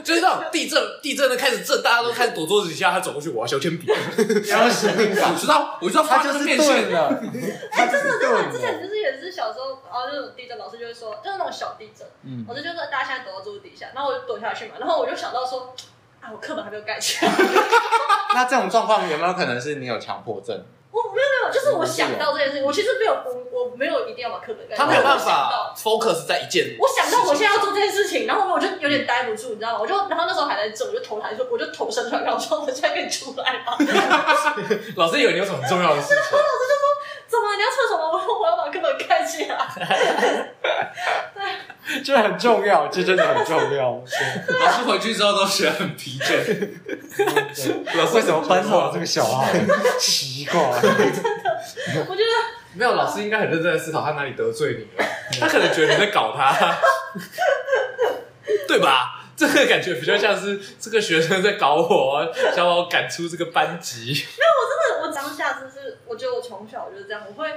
就是那种地震，地震的开始震，大家都开始躲桌子底下，他走过去，我要削铅笔。 然后使命我感，知道，我知道 他发就这个是面钝线，了， 他就真的是哎真的，之钝前了。就是也是小时候，然后那种地震，老师就会说，就是那种小地震，嗯老师就说大家现在躲到桌子底下，然后我就躲下去嘛，然后我就想到说，啊，我课本还没有盖起来， 那这种状况有没有可能是你有强迫症？我没有没有，就是我想到这件事情，我其实没有，我我没有一定要把课本盖起来，他没有办我想到法 focus 在一件。我想到我现在要做这件事情，然后我就有点待不住，你知道吗？我就然后那时候还在震，我就头抬说，我就头伸出来，然后我说我现在可以出来吗？老师以为你有什么重要的事情。怎么你要厕所吗？我说我要把课本盖起来。 这很重要，这真的很重 要。老师回去之后都觉得很疲倦。老师为什么班上有这个小孩？奇怪，我觉得没有，老师应该很认真的思考他哪里得罪你了，他可能觉得你在搞他， 对吧？这个感觉比较像是这个学生在搞我，想把我赶出这个班级。我当下真是，我觉得我从小就是这样，我会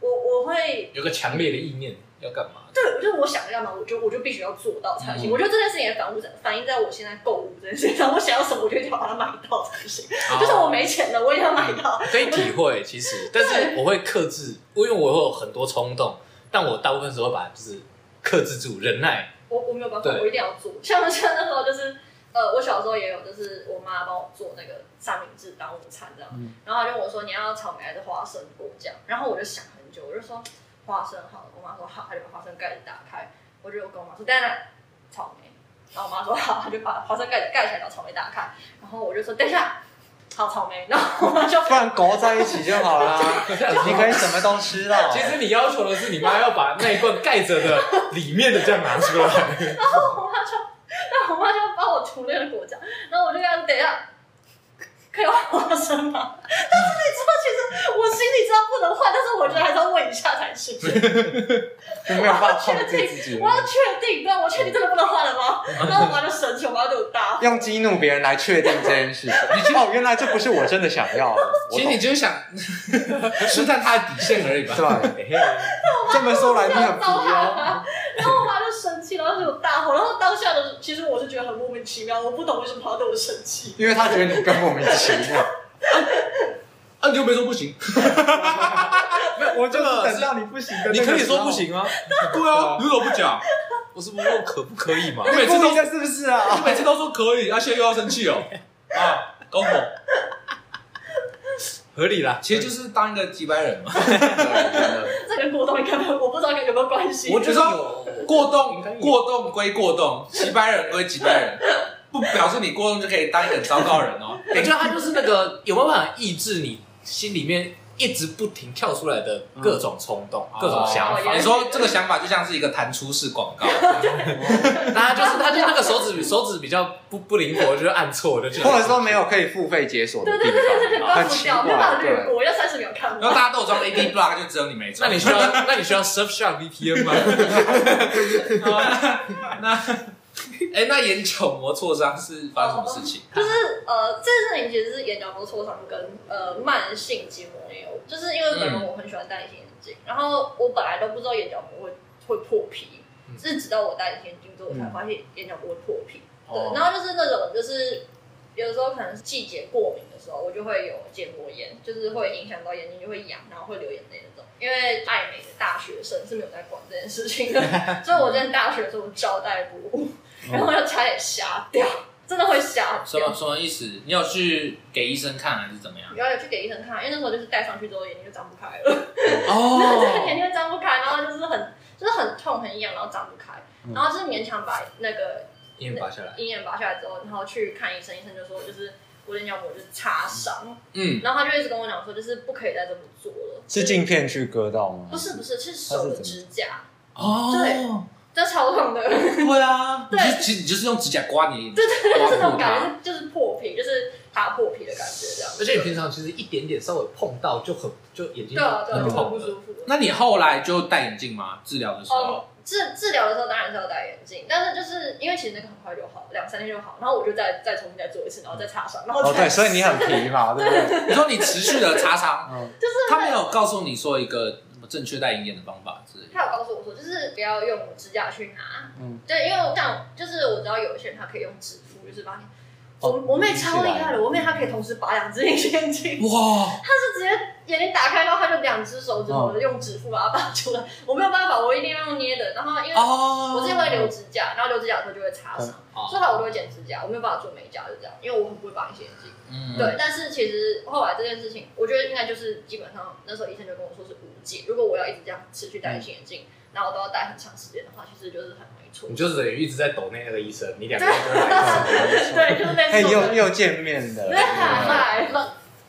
我我会有个强烈的意念要干嘛？对，就是我想要嘛，我就我就必须要做到才行。嗯我觉得这件事情也反映在反映在我现在购物这件事情上，我想要什么，我就一定要把它买到才行。哦就是我没钱了，我也要买到。可以体会，其实，但是我会克制，因为我会有很多冲动，但我大部分时候会把就是克制住，忍耐。我我没有办法，对我一定要做。像像那时候就是，呃，我小时候也有，就是我妈帮我做那个三明治当午餐这样，嗯然后她就问我说你要草莓还是花生果酱，然后我就想很久，我就说花生好了，我妈说好，她就把花生盖子打开，我就跟我妈说等一下草莓，然后我妈说好，她就把花生盖子盖起来，然后草莓打开，然后我就说等一下。好草莓，然后我妈就不然搞在一起就好 啦。你可以什么都吃到。其实你要求的是你妈要把那一罐盖着的里面的酱拿出 来，我妈就，那我妈就帮我涂那个果酱，然后我就跟她说：“等一下，可以换花生吗？”但是你知道，其实我心里知道不能换，但是我觉得还是要问一下才行。 就没有办法控制自己我，要确定，对，我确定真的不能换了吗？然后我妈就生气，我妈对我大。用激怒别人来确定这件事情。哦，原来这不是我真的想要的，我其实你就是 想试探他的底线而已吧懂。是吧？哎这么说来你很皮哦。然后我妈就生气，然后对我大吼。然后当下的，其实我是觉得很莫名其妙，我不懂为什么她对我生气。因为他觉得你更莫名其妙。啊，你又没说不行。没有，我这个是你不行的你可以说不，行啊，对啊，你怎么不 讲？我是不是问可不可以嘛？你每次故都意的是不是你啊？每次都说可以，啊，现在又要生气哦。啊，搞我，合理啦，其实就是当一个几百人嘛。这跟过冬应该没有，我不知道跟有没有关系。我觉得有 过应该有动过动归过动，几百人归几百人，不表示你过动就可以当一个很糟糕的人 哦。我觉得他就是那个有没有办法抑制你心里面一直不停跳出来的各种冲动、各种想哦法。啊你说这个想法就像是一个弹出式广 告，那他就是他就是那个手指手指比较不不灵活，就是按错，就觉得或者说没有可以付费解锁的对地对对对对对，方，关很不奇掉，没有办怪，法略对。过，要三十秒看然后完。大家都有装 AD block，就只有你没 那装。你 需要那你需要 Surfshark VPN 吗？啊那 哎，那眼角膜挫伤是发生什么事情？就是呃，这件事情其实是眼角膜挫伤跟呃慢性结膜炎有，就是因为本嗯人我很喜欢戴隐形眼镜，然后我本来都不知道眼角膜会会破皮，嗯是直到我戴隐形眼镜之后，我才发现眼角膜会破皮。哦对，然后就是那种就是有时候可能是季节过敏的时候，我就会有结膜炎，就是会影响到眼睛就会痒，然后会流眼泪那种。因为爱美的大学生是没有在管这件事情的， 所以我在大学的时候招待不误，哦然后我就差点瞎掉，真的会瞎什掉么。什么意思？你有去给医生看还是怎么样？然后有去给医生看，因为那时候就是戴上去之后眼睛就张不开了，哦眼 睛就张不开，然后就是很就是很痛很痒，然后张不开，然后就是勉强把那个一眼拔下来，鹰眼拔下来之后，然后去看医生，医生就说就是我眼角膜就是擦伤，嗯，然后他就一直跟我讲说就是不可以再这么做了。是镜片去割到吗？不是不是是手的指甲，哦，这超痛的，哦对啊，对你就其实你就是用指甲刮你的眼睛，对， 就是那种刮感觉，就是破皮，就是擦破皮的感觉这样。而且你平常其实一点点稍微碰到就很就眼睛对啊对啊，很就很痛不了。舒服。那你后来就戴眼镜吗？治疗的时候哦，治治疗的时候当然是要戴眼镜，但是就是因为其实那个很快就好，两三天就好，然后我就再再重新再做一次，然后再擦伤，然后哦，再对，所以你很皮 嘛，对不对？你说你持续的擦 伤，嗯，就是他没有告诉你说一个什么正确戴眼镜的方法之类的。他有告诉我说，就是不要用指甲去拿，嗯对，因为像就是我知道有一些人他可以用指腹，就是把你。我哦我妹超厉害的，我妹她可以同时拔两只隐形眼镜，哇，她是直接眼睛打开，然后她就两只手指哦头用指腹把它拔出来。我没有办法，我一定要用捏的。然后因为哦，我自己会留指甲，然后留指甲的时候就会擦伤，哦所以后来我都会剪指甲，我没有办法做美甲，就这样，因为我很不会绑隐形眼镜。嗯对，但是其实后来这件事情，我觉得应该就是基本上那时候医生就跟我说是无解。如果我要一直这样持续嗯戴隐形眼镜，然后我都要戴很长时间的话，其实就是很容易错你。就是等于一直在抖那那个医生，你两个人都 来一次。对，就是类哎，似又的。又见面的对，，啊嗨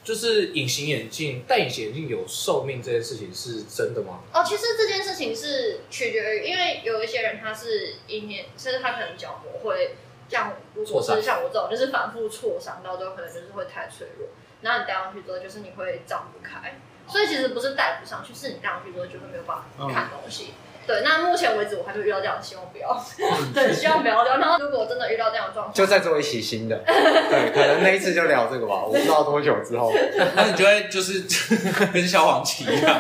就是隐形眼镜，戴隐形眼镜有寿命这件事情是真的吗？哦，其实这件事情是取决于，因为有一些人他是一年，甚至他可能角膜会像，如果挫是伤像我这种，就是反复挫伤，到最后可能就是会太脆弱。然后你戴上去之后，就是你会张不开，所以其实不是戴不上去，是你戴上去之后就会没有办法看东西。对，那目前为止我还没有遇到这样，希望不要。对，希望不要。然后如果真的遇到这样的状况，就再做一期新的，对，可能那一次就聊这个吧，我不知道多久之 后，那你就会就是 跟消防旗一样，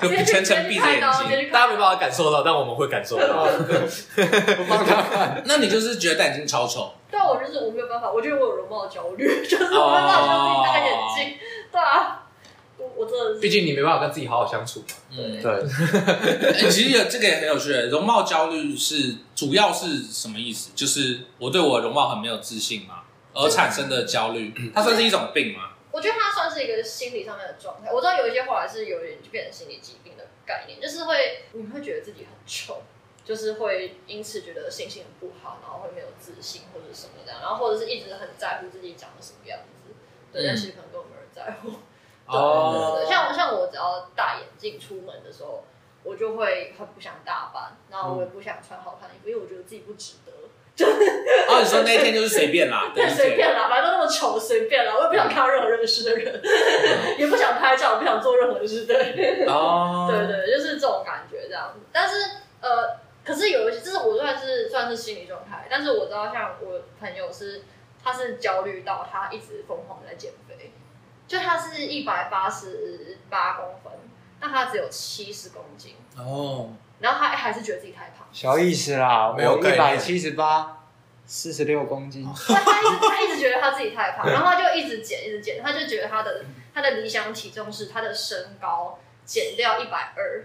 就 直接去全程闭着眼直接睛。去大看刀家没办法感受到，但我们会感受啊到。不帮他看，那你就是觉得戴眼镜超丑，对啊，我就是我没有办法，我觉得我有容貌焦虑， 就是我没有办法让自己戴眼镜。对啊，我我真的是哦毕竟你没办法跟自己好好相处嘛。嗯，对，欸 其实有这个也很有趣欸，容貌焦虑是主要是什么意思？就是我对我容貌很没有自信嘛，啊而产生的焦虑，嗯它算是一种病吗？我觉得它算是一个心理上面的状态。我知道有一些后来是有点就变成心理疾病的概念，就是会你会觉得自己很丑，就是会因此觉得心情很不好，然后会没有自信或者什么这样，然后或者是一直很在乎自己长得什么样子，对，嗯但其实可能根本没有人在乎。哦对，啊像我像我只要戴眼镜出门的时候，我就会很不想打扮，然后我也不想穿好看的衣服，因为我觉得自己不值得。哦，你说那一天就是随便啦，对对， 随便啦，反正都那么丑，随便啦，我也不想看到任何认识的人， 也不想拍照，不想做任何事，对，哦，对对，就是这种感觉这样子。但是呃，可是有一些，这是我算是算是心理状态，但是我知道像我朋友是，他是焦虑到他一直疯狂地在减肥，就他是一百八十八公分，但他只有七十公斤，哦，然后他哎还是觉得自己太胖。小意思啦，我没有概一百念七十八，四十六公哦斤，他他一直他一直觉得他自己太 胖，然后他就一直减一直减，他就觉得他的他的理想体重是他的身高减掉一百二，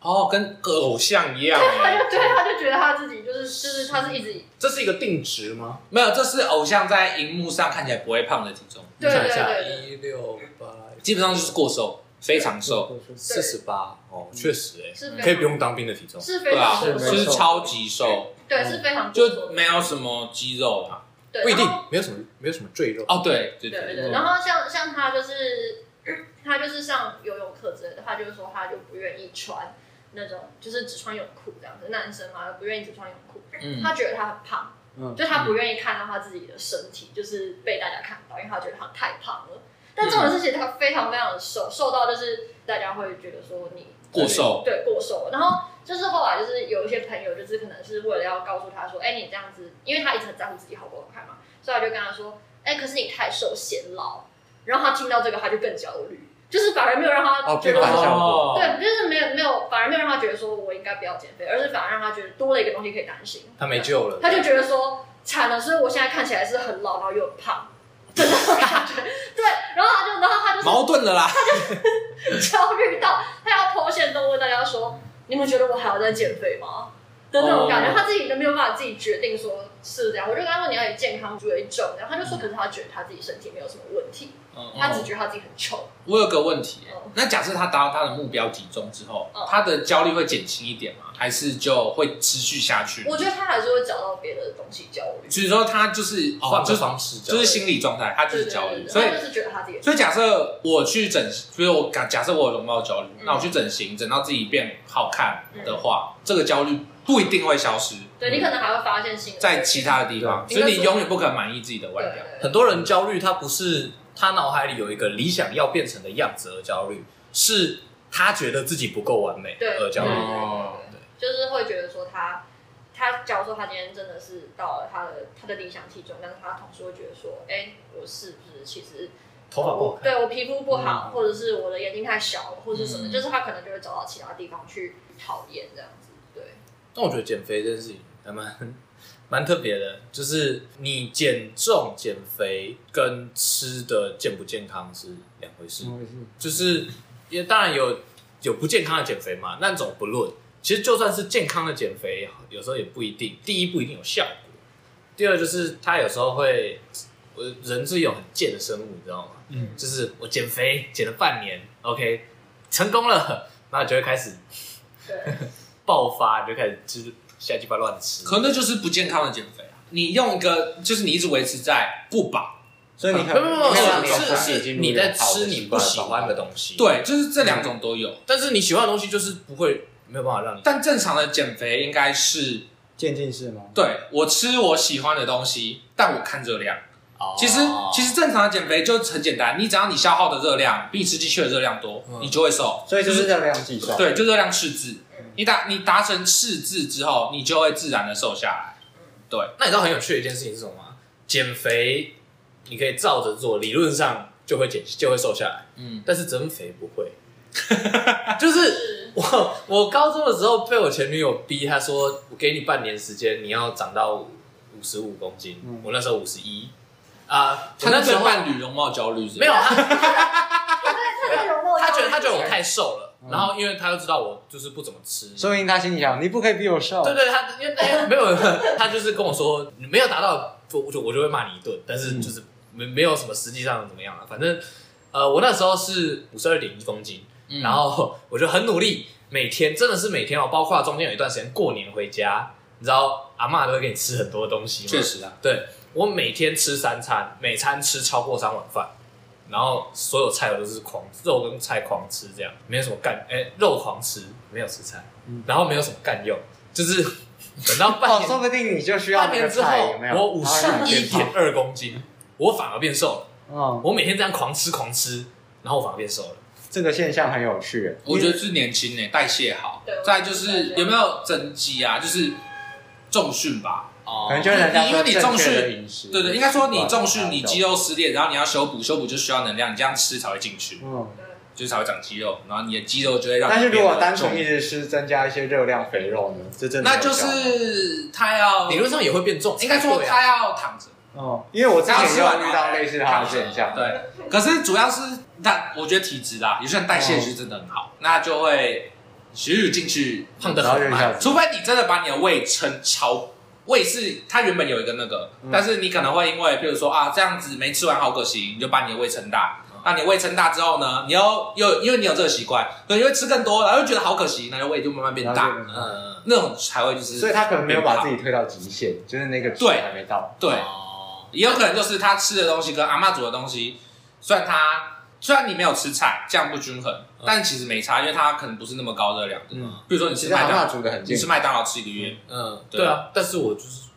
哦，跟偶像一样他欸，就对他就觉得他自己就是就是他是一直这是一个定值吗？没有，这是偶像在荧幕上看起来不会胖的体重，对想对一下，对对一六八基本上就是过瘦，非常瘦，四十八哦，嗯确实哎、是可以不用当兵的体重。是非对啊，常是就多没是错超级瘦，对是非常多就没有什么肌肉啦。对不一定然后，没有什么，没有什么赘肉。啊哦，对对对对对，对，然后像像他就是他就是上游泳课之类的，他就是说他就不愿意穿那种就是只穿泳裤这样子，男生嘛不愿意只穿泳裤，嗯，他觉得他很胖。嗯，就他不愿意看到他自己的身体，就是被大家看到，因为他觉得他太胖了。但这种事情他非常非常的瘦，瘦到就是大家会觉得说你过瘦对过瘦。然后就是后来就是有一些朋友，就是可能是为了要告诉他说，哎、你这样子，因为他一直很在乎自己好不好看嘛，所以他就跟他说，哎、可是你太瘦显老。然后他听到这个，他就更焦虑，就是反而没有让他哦觉得变反说效哦果，对，就是没有没有，反而没有让他觉得说我应该不要减肥，而是反而让他觉得多了一个东西可以担心。他没救了，啊他就觉得说惨了，所以我现在看起来是很老，然后又很胖， 就这种感觉。对，然后他就，然后他就是矛盾了啦。焦虑到他要剖线都问大家说：“你们觉得我还要再减肥吗？”的那种感觉哦他自己都没有办法自己决定说是不是这样。我就跟他说你要以健康为重，然后他就说，可是他觉得他自己身体没有什么问题，嗯他只觉得他自己很丑。我有个问题欸嗯，那假设他达到他的目标体重之后嗯，他的焦虑会减轻一点吗？还是就会持续下去？我觉得他还是会找到别的东西焦虑，所以说他就是换哦就个是方式教，就是心理状态，他就对是对焦对虑，对，所以他就是觉得他自己很所以假设我去整，比如我假假设我有容貌焦虑，嗯那我去整形，整到自己变好看的话，这个焦虑不一定会消失，对你可能还会发现新的在其他的地方，对所以你永远不可能满意自己的外表。对很多人焦虑，他不是他脑海里有一个理想要变成的样子而焦虑，是他觉得自己不够完美对而焦虑对。哦就是会觉得说他，他假如说他今天真的是到了他的他的理想体重，但是他同时会觉得说，哎、我是不是其实头发不好看，嗯对我皮肤不好，或者是我的眼睛太小，或者是什么，嗯就是他可能就会找到其他地方去讨厌这样子。对，但我觉得减肥这件事情还蛮蛮特别的，就是你减重、减肥跟吃的健不健康是两回事。怎么回事？就是也当然有有不健康的减肥嘛，那种不论。其实就算是健康的减肥，有时候也不一定，第一不一定有效果，第二就是它有时候会，我人是有很贱的生物，你知道吗？嗯，就是我减肥减了半年，OK，成功了，那就会开始对，爆发，就开始吃瞎鸡巴乱吃。可那就是不健康的减肥啊！你用一个就是你一直维持在不饱，所以你没可有能啊没有看没你有，的状是态已是经你在入好吃你不喜欢的东西，，对，就是这两种都有。但是你喜欢的东西就是不会没有办法让你但正常的减肥应该是渐进式吗？对我吃我喜欢的东西，但我看热量。哦其实其实正常的减肥就很简单，你只要你消耗的热量比你吃进去的热量多，嗯你就会瘦。所以就是热量计算，对，就热量赤字。嗯你达你达成赤字之后，你就会自然的瘦下来。对，那你知道很有趣的一件事情是什么吗？减肥你可以照着做，理论上就会减就会瘦下来，嗯，但是增肥不会。就是是我我高中的时候被我前女友逼，她说我给你半年时间，你要长到五十五公斤、嗯我那时候五十一啊，我他那那时对候伴侣容貌焦虑是不是没有，她 他在容貌焦虑她觉得她觉得我太瘦了，嗯然后因为她就知道我就是不怎么吃，说明他心里想，你不可以比我哦瘦。哦对对，他因为、哎没有，他就是跟我说你没有达到，我我就我就会骂你一顿，但是就是没没有什么实际上怎么样了、啊反正呃，我那时候是五十二点一公斤，嗯然后我就很努力，每天真的是每天哦，包括中间有一段时间过年回家，你知道阿嬷都会给你吃很多东西嘛，确实啊，对我每天吃三餐，每餐吃超过三碗饭，然后所有菜我都是狂肉跟菜狂吃，这样没有什么干哎、肉狂吃，没有吃菜，嗯然后没有什么干用，就是等到半哦，年、说不定你就需要半那个年之后菜，有没，有？我五十然后让你一变点二公斤，我反而变瘦了。胖嗯，我每天这样狂吃狂吃，然后我反而变瘦了。这个现象很有趣。我觉得是年轻呢，代谢好对。再来就是有没有增肌啊？就是重训吧。哦可能就是人家因为你说正确重的视饮食，对对，应该说你重训，你肌肉，肉撕裂，然后你要修补，修补就需要能量，你这样吃才会进去，嗯，就是才会长肌肉，然后你的肌肉就会让你但是如变果得单纯重一直吃增加一些热量肥肉呢，这真的那有就效吗是他要理论上也会变重，应该说对啊他要躺着，哦，因为我之前他也吃完有遇到类似啊他的现象，对，可是主要是他，我觉得体质啦，有些人代谢是真的很好，那就会其实进去胖的然后就很一慢下，子除非你真的把你的胃撑超，胃是它原本有一个那个，嗯但是你可能会因为，比如说啊这样子没吃完好可惜，你就把你的胃撑大。嗯那你胃撑大之后呢，你又又因为你有这个习惯，所以你会吃更多，然后又觉得好可惜，那就胃就慢慢变然后大，就嗯嗯，那种才会就是，所以他可能没有把自己推到极限，就是那个值对还没到，对，哦也有可能就是他吃的东西跟阿嬷煮的东西，虽然他虽然你没有吃菜，这样不均衡，但其实没差，因为它可能不是那么高热量的。嗯，比如说你其吃实麦阿当妈劳，煮的很你健吃康，麦当劳吃一个月，嗯，对啊对啊，但是我就是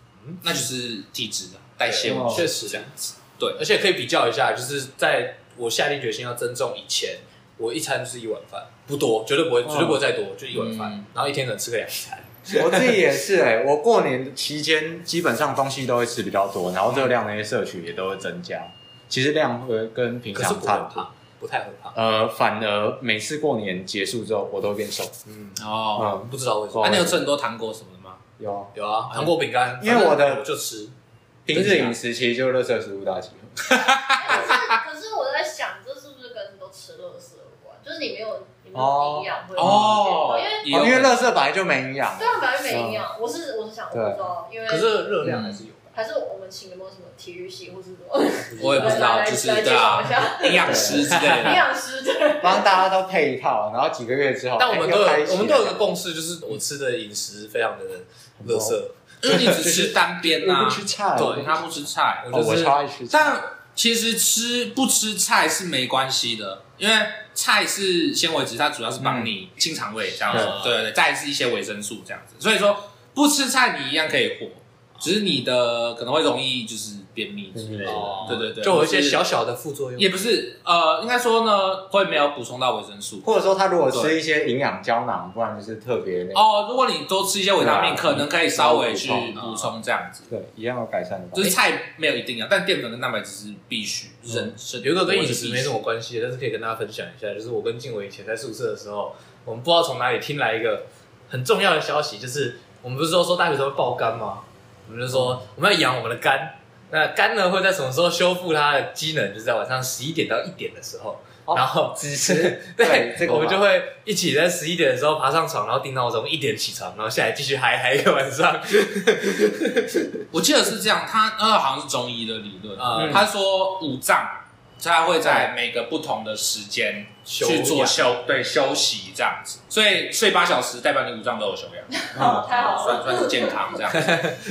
那就是体质的代谢对问题。确实这这样样子。对，而且可以比较一下，就是在我下定决心要增重以前，我一餐就是一碗饭，不多，绝对不会，嗯绝对不会再多，就一碗嗯饭，然后一天可能吃个两餐。我自己也是哎、我过年期间基本上东西都会吃比较多，然后热量那些摄取也都会增加，其实量会跟平可是常不差会不多。胖，不太会胖。呃，反而每次过年结束之后，我都会变瘦。嗯，哦，嗯，不知道为什那、么。你有吃很多糖果什么的吗？有啊。有啊，糖果饼干，因为我的反正我就吃。平日饮食其实就是垃圾食物大集合。可是可是我在想，这是不是跟都吃垃圾有关？就是你没有你没有营养，会有哦因为，也有哦因为垃圾本来就没营养对。啊，本来就没营养。我是我是想我不知道，因为可是热量还是有吧？还是我们请有没有什么体育系或是什么我也不知道 来就是来对介啊绍一下营养师之类营的。养师对。帮大家都配一套，然后几个月之后，但我们哎都又开有，启我们都有个了共识，就是我吃的饮食非常的垃圾。 因为你只吃单边呐、我不吃菜，对，他不吃菜，哦，我就是超爱吃菜。但其实吃不吃菜是没关系的，因为菜是纤维质，它主要是嗯帮你清肠胃这样子，嗯对对对，再是一些维生素这样子。所以说不吃菜你一样可以活，只是你的可能会容易就是便秘之类的，嗯哦对对对，就有一或些是小小的副作用。也不是呃，应该说呢会没有补充到维生素。或者说他如果对吃一些营养胶囊，不然就是特别那哦，如果你多吃一些维他命，对啊可能可以稍微去嗯补充这样哎子。对，一样有改善的吧。就是菜没有一定要，但淀粉跟蛋白质是必须。人是嗯有一个跟饮食没什么关系，但是可以跟大家分享一下，就是我跟静伟以前在宿舍的时候，我们不知道从哪里听来一个很重要的消息，就是我们不是说说大学生会爆肝吗？我们就说我们要养我们的肝，那肝呢会在什么时候修复它的机能？就是在晚上十一点到一点的时候，哦然后只是 对，这个我们就会会一起在十一点的时候爬上床，然后定闹钟，一点起床，然后下来继续嗨嗨一个晚上。我记得是这样，他呃好像是中医的理论，啊嗯他说五脏它会在每个不同的时间休去做养休对休息这样子，所以睡八小时代表你五脏都有休养，好，太好算了。算是健康这样 子。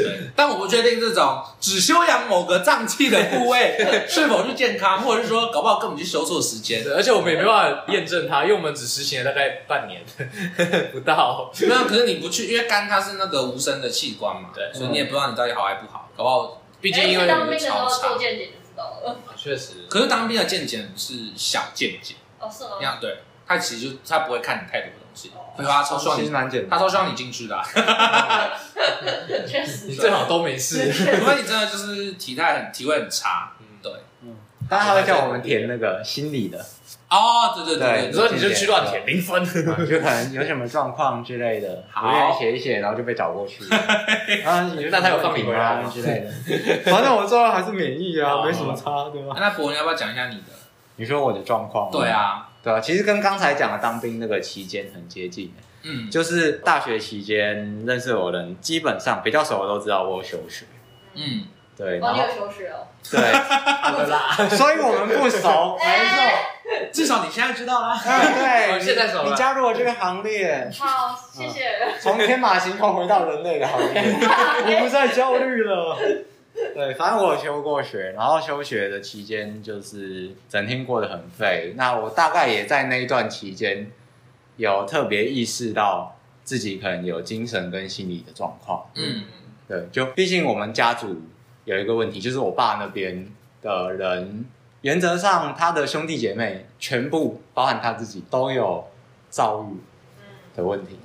对，但我不确定这种只休养某个脏器的部 位是否是健康，或者是说搞不好根本就休错时间。而且我们也没办法验证它，因为我们只实行了大概半年 不到。没有，可是你不去，因为肝它是那个无声的器官嘛，对所以你也不知道你到底好还不好，搞不好毕毕竟因为哎当你兵的时候超做长。健检就知道了。确实，可是当兵的健检是小健检。哦，是吗一？样对，他其实就他不会看你太多东西。废话，他哦超希望其实你，蛮简他单。超希望你进去 的啊、确实，你最好都没事。除非你真的就是体态很体位很差。对，但他会叫我们填那个心理的，哦，对对对对对，你说你就去乱舔零分，就可能有什么状况之类的，好我愿意写一写，然后就被找过去。啊，你那他有放你回来啊吗之类的？反正我最后还是免疫啊，哦没什么差，对吧？那博文要不要讲一下你的？你说我的状况？对，啊，对啊，其实跟刚才讲的当兵那个期间很接近，欸嗯，就是大学期间认识我的人，基本上比较熟的都知道我有休学，嗯，对，哦，然你后有休学哦，对，所以我们不熟，没错。至少你现在知道啦。哎，我对，们哦现在走了你加入了这个行列，好，谢嗯谢。从天马行空回到人类的行列， 你哎不再焦虑了。对，反正我有休过学，然后休学的期间就是整天过得很废。那我大概也在那一段期间有特别意识到自己可能有精神跟心理的状况。嗯，对，就毕竟我们家族有一个问题，就是我爸那边的人，原则上他的兄弟姐妹全部，包含他自己，都有躁郁嗯，的问题。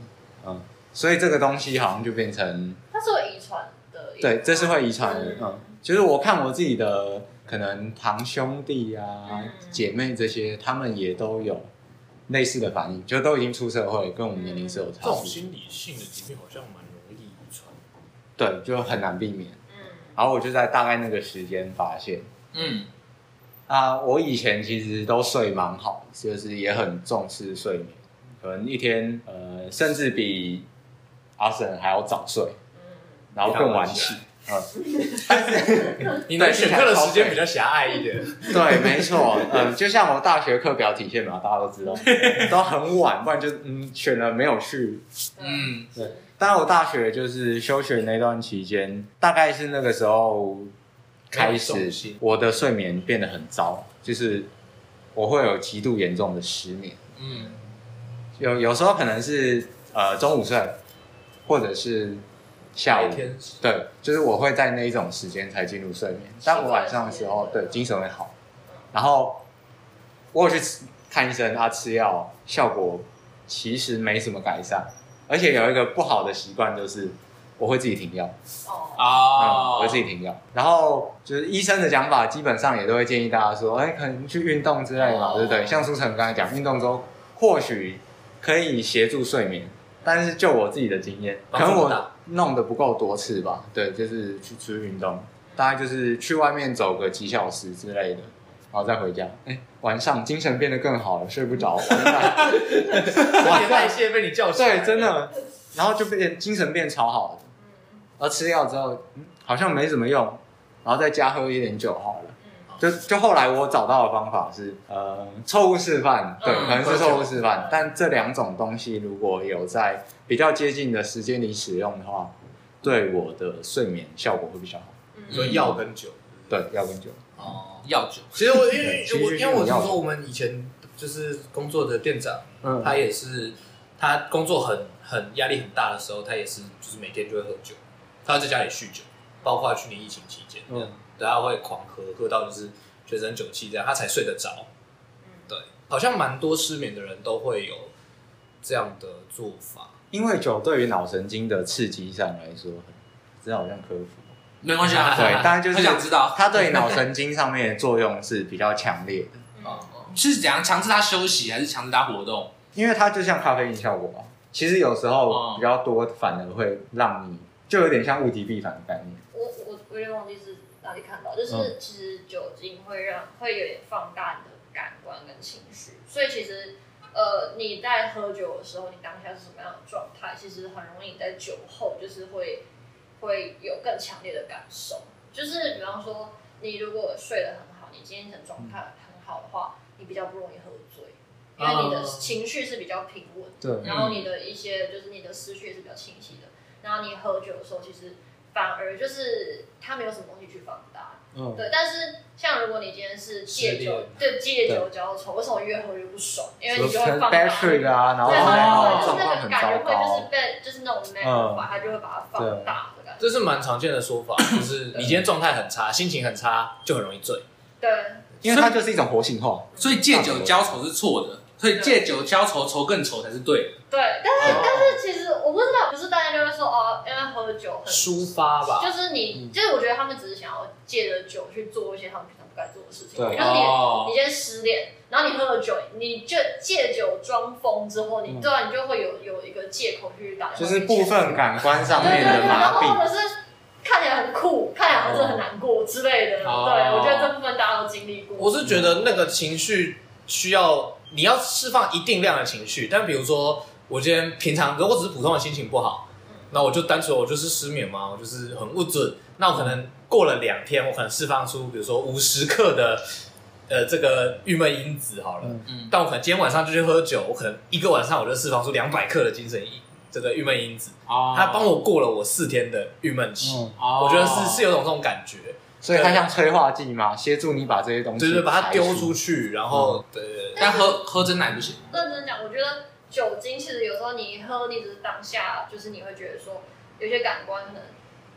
嗯，所以这个东西好像就变成，它是有遗传的，对，这是会遗传的。嗯啊嗯，就是我看我自己的可能堂兄弟啊、嗯姐妹这些，他们也都有类似的反应，就都已经出社会，跟我们年龄是有 这差种距。心理性的疾病好像蛮容易遗传。对，就很难避免。嗯，然后我就在大概那个时间发现。嗯，啊，我以前其实都睡蛮好，就是也很重视睡眠，可能一天呃，甚至比阿神还要早睡，嗯，然后更晚起。嗯，你能选课的时间比较狭隘一点，对，没错，嗯， 就像我大学课表体现嘛，大家都 知道，都很晚，不然就嗯选了没有去。嗯，对，当然我大学就是休学那段期间，大概是那个时候开没有重始心，我的睡眠变得很糟，就是我会有极度严重的失眠。嗯，有有时候可能是呃中午睡，或者是下午白，天对，就是我会在那一种时间才进入睡眠，但我晚上的时候习惯对了精神会好，然后我有去吃看医生，他吃药效果其实没什么改善，而且有一个不好的习惯就是我会自己停药。哦，哦嗯，，我自己停药。然后就是医生的讲法，基本上也都会建议大家说，哎，可能去运动之类嘛，哦对不对？像苏晨刚才讲，运动中或许可以协助睡眠，但是就我自己的经验，可帮助能不大我弄得不够多次吧。对，就是去出去运动，大概就是去外面走个几小时之类的。然后再回家，哎，晚上精神变得更好了，睡不着，完蛋我的代谢被你叫醒，对，真，的，然后就变精神变超好了。而吃药之后，嗯，好像没什么用，然后在家喝一点酒好了。嗯就就后来我找到的方法是，呃，错误示范，对，嗯可能是错误示范嗯。但这两种东西如果有在比较接近的时间里使用的话，对我的睡眠效果会比较好。嗯，你说药跟酒。对，药跟酒，哦，药酒，其实我因为对其实我因为我是听有说我们以前就是工作的店长，嗯他也是他工作很很压力很大的时候，他也是就是每天就会喝酒，他会在家里酗酒，包括去年疫情期间，嗯，对，他会狂喝，喝到就是全身酒气这样，他才睡得着。嗯，对，好像蛮多失眠的人都会有这样的做法。因为酒对于脑神经的刺激上来说，真的好像科普。没关系啊，对， 当然就是我想知道它对脑神经上面的作用是比较强烈的，啊哦，是怎样强制他休息，还是强制他活动？因为它就像咖啡因效果啊。其实有时候哦比较多，反而会让你就有点像物极必反的概念。我我我有点忘记是哪里看到，就是其实酒精会让会有点放大你的感官跟情绪，所以其实呃你在喝酒的时候，你当下是什么样的状态，其实很容易你在酒后就是会会有更强烈的感受。就是比方说，你如果睡得很好，你精神状态很好的话，你比较不容易喝醉，因为你的哦情绪是比较平稳的。对然后你的一些就是你的思绪也是比较清晰的。然后你喝酒的时候，其实反而就是它没有什么东西去放大。嗯，对，但是像如果你今天是戒失酒恋，对戒酒浇愁，为什么越喝越不爽？因为你就可会能放大。对， battery 啊，然后对现在对，那种状就是那况个很感糟觉会就是糕。嗯被就是那种 magnify，它就会把它放大的感觉。这是蛮常见的说法，就是你今天状态很差，心情很差，就很容易醉。对，因为它就是一种活性化，所以戒酒浇愁是错的，所以借酒浇愁，愁更愁才是对的。对，但是、哦但是其实我不知道，不是大家就会说哦，因为喝酒很，抒发吧，就是嗯你，就是我觉得他们只是想要借着酒去做一些他们平常不该做的事情，对就是你哦你，先失恋，然后你喝了酒，你就借酒装疯之后，你嗯对啊，你就会有有一个借口去打电话就是给部前分任感官上对对面对，的然麻后痹。或者是看起来很酷，看起来好像真的很难过之类的。哦对，我觉得这部分大家都经历过。我是觉得那个情绪需要你要释放一定量的情绪，但比如说我今天平常如果只是普通的心情不好，那我就单纯我就是失眠嘛，我就是很不准，那我可能过了两天，我可能释放出比如说五十克的呃这个郁闷因子好了，嗯嗯但我可能今天晚上就去喝酒，我可能一个晚上我就释放出两百克的精神因这个郁闷因子，哦它帮我过了我四天的郁闷期，嗯，哦我觉得是是有种这种感觉。所以它像催化剂嘛，协助你把这些东西对对，把它丢出去。去，然后嗯对对对，但喝喝真奶不行。认真讲，我觉得酒精其实有时候你喝，你只是当下，就是你会觉得说有些感官可能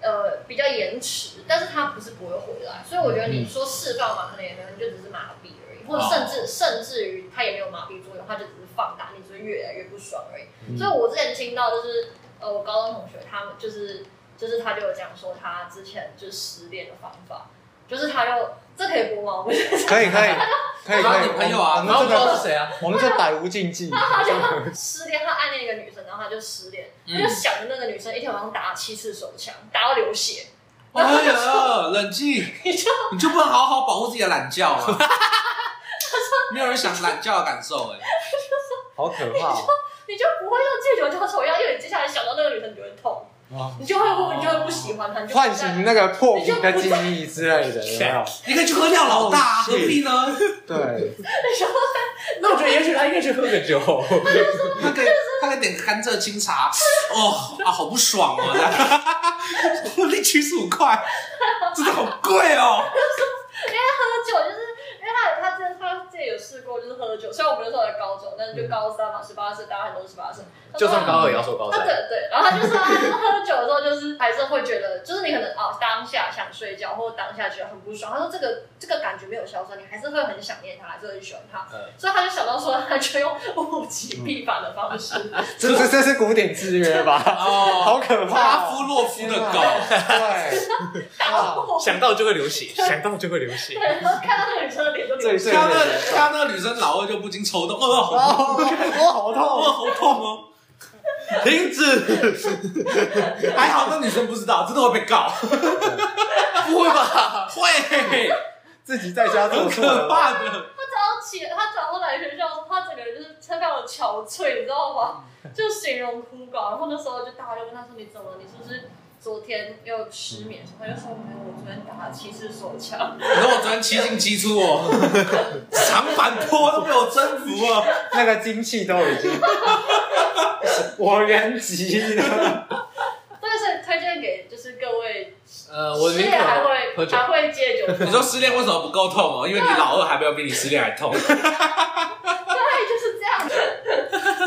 呃比较延迟，但是它不是不会回来。所以我觉得你说释放嘛，可能也可能就只是麻痹而已，或者甚至、甚至于它也没有麻痹作用，它就只是放大，你只是越来越不爽而已。嗯所以我之前听到就是呃，我高中同学他们就是就是他就有讲说他之前就是失恋的方法，就是他就这可以播吗？我不是可以可以可我以可找以，你朋友啊我然们后我们不知这道是个谁啊，我们这百无禁忌。他就失恋，他暗恋一个女生，然后他就失恋，嗯他就想着那个女生一天晚上打七次手枪，打到流血，哎呀，冷静，你就你就不能好好保护自己的懒觉 吗？没有人想懒觉的感受哎、好可怕哦你就不会像借酒浇愁一样，因为你接下来想到那个女生，你就会痛，哦！你就会你就会不喜欢她，你就不唤再醒那个破釜的记忆之类的，有没有？你可以去喝掉老大， Oh, 何必呢？ 对， 那我觉得也许他应该去喝个酒，他可以他可以点个甘蔗清茶， 哦啊，好不爽哦！ 这样我得七十五 块，真的好贵哦。喝酒就是因为他他之前他自己有试过，就是喝酒，虽然我们那时候还在高中，但是就高三嘛，十八岁，大家很多十八岁，他说 就算高二也要说高他对三，对，然后他就说，他就是喝酒的时候，就是还是会觉得，就是你可能哦当下想睡觉，或者当下觉得很不爽。他说这个这个感觉没有消散，你还是会很想念他，还是会很喜欢他。嗯所以他就想到说，他就用物极必反的方式。这这这是古典制约吧？哦， 好可怕拉哦！夫洛夫的狗，对，打我，想到就会流血，想到就会流血对，，然后看到那个女生的脸就流最血。最看到那看到那个女生老二就不禁抽动，哦，好哦，我好哦痛！啊好痛哦。停止， 还好那女生不知道，真的会被 告。不会吧？ 会，自己在家很做错可了，怕的。他早上起，他早上来学校的时候，他整个人就是非常的憔悴，你知道吗？就形容枯槁。然后那时候就大家就问他说：“你怎么了？你是不是昨天又失眠？”他就说：“没有，我昨天打了七次手枪。”你说我昨天七进七出哦， 长坂坡都被我征服哦了。那个精气都已经我原籍了。但是推荐给就是各位呃，我失宁恋还可会喝酒还会戒酒， 你说失恋为什么不够痛哦？因为你老二还没有比你失恋还痛，对，就是这样的。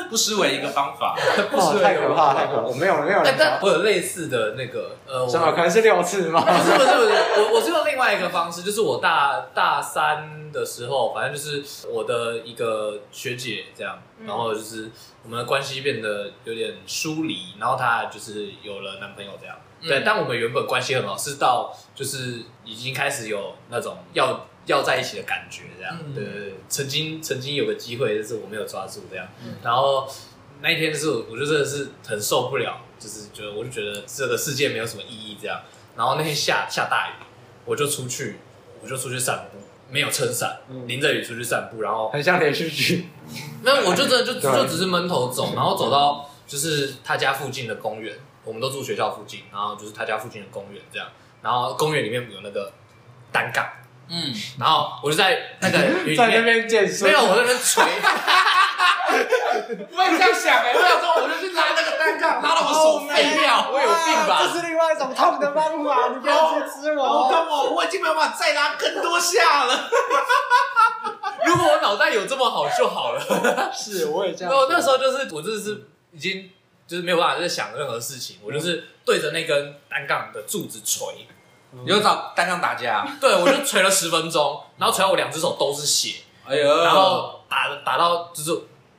不失为一个方法。 不哦，是太可怕，太可怕！我没有没有但人但讲，我有类似的那个呃，我什么可能是六次吗？不 是不是不是，我我是用另外一个方式，就是我大大三的时候，反正就是我的一个学姐这样，嗯然后就是我们的关系变得有点疏离，然后她就是有了男朋友这样，对，嗯但我们原本关系很好，是到就是已经开始有那种要要在一起的感觉这样，嗯对对对，曾经曾经有个机会，但是我没有抓住这样，嗯然后那一天是我我就真的是很受不了，就是觉得我就觉得这个世界没有什么意义这样。然后那天下下大雨，我就出去，我就出去散步，没有撑伞，嗯淋着雨出去散步，然后很像连续剧。那我就真的就对啊就只是闷头走，然后走到就是他家附近的公园，我们都住学校附近，然后就是他家附近的公园这样，然后公园里面有那个单杠，嗯，然后我就在那个雨里在那 面，边健身，没有我在那边捶， 我也这样想 哎，我想说我就去拉那个单杠，拉到我手废掉，我有病吧哇 这是另外一种痛的方法，你不要阻止好我。痛哦！我已经没有办法再拉更多下了。如果我脑袋有这么好就好了。 是，我也这然样。啊后那时候就是我真的是已经就是没有办法在想任何事情，我就是对着那根单杠的柱子捶，你就找单杠打架，啊嗯对我就捶了十分钟，然后捶到我两只手都是血，哎呦，嗯然后打打到就是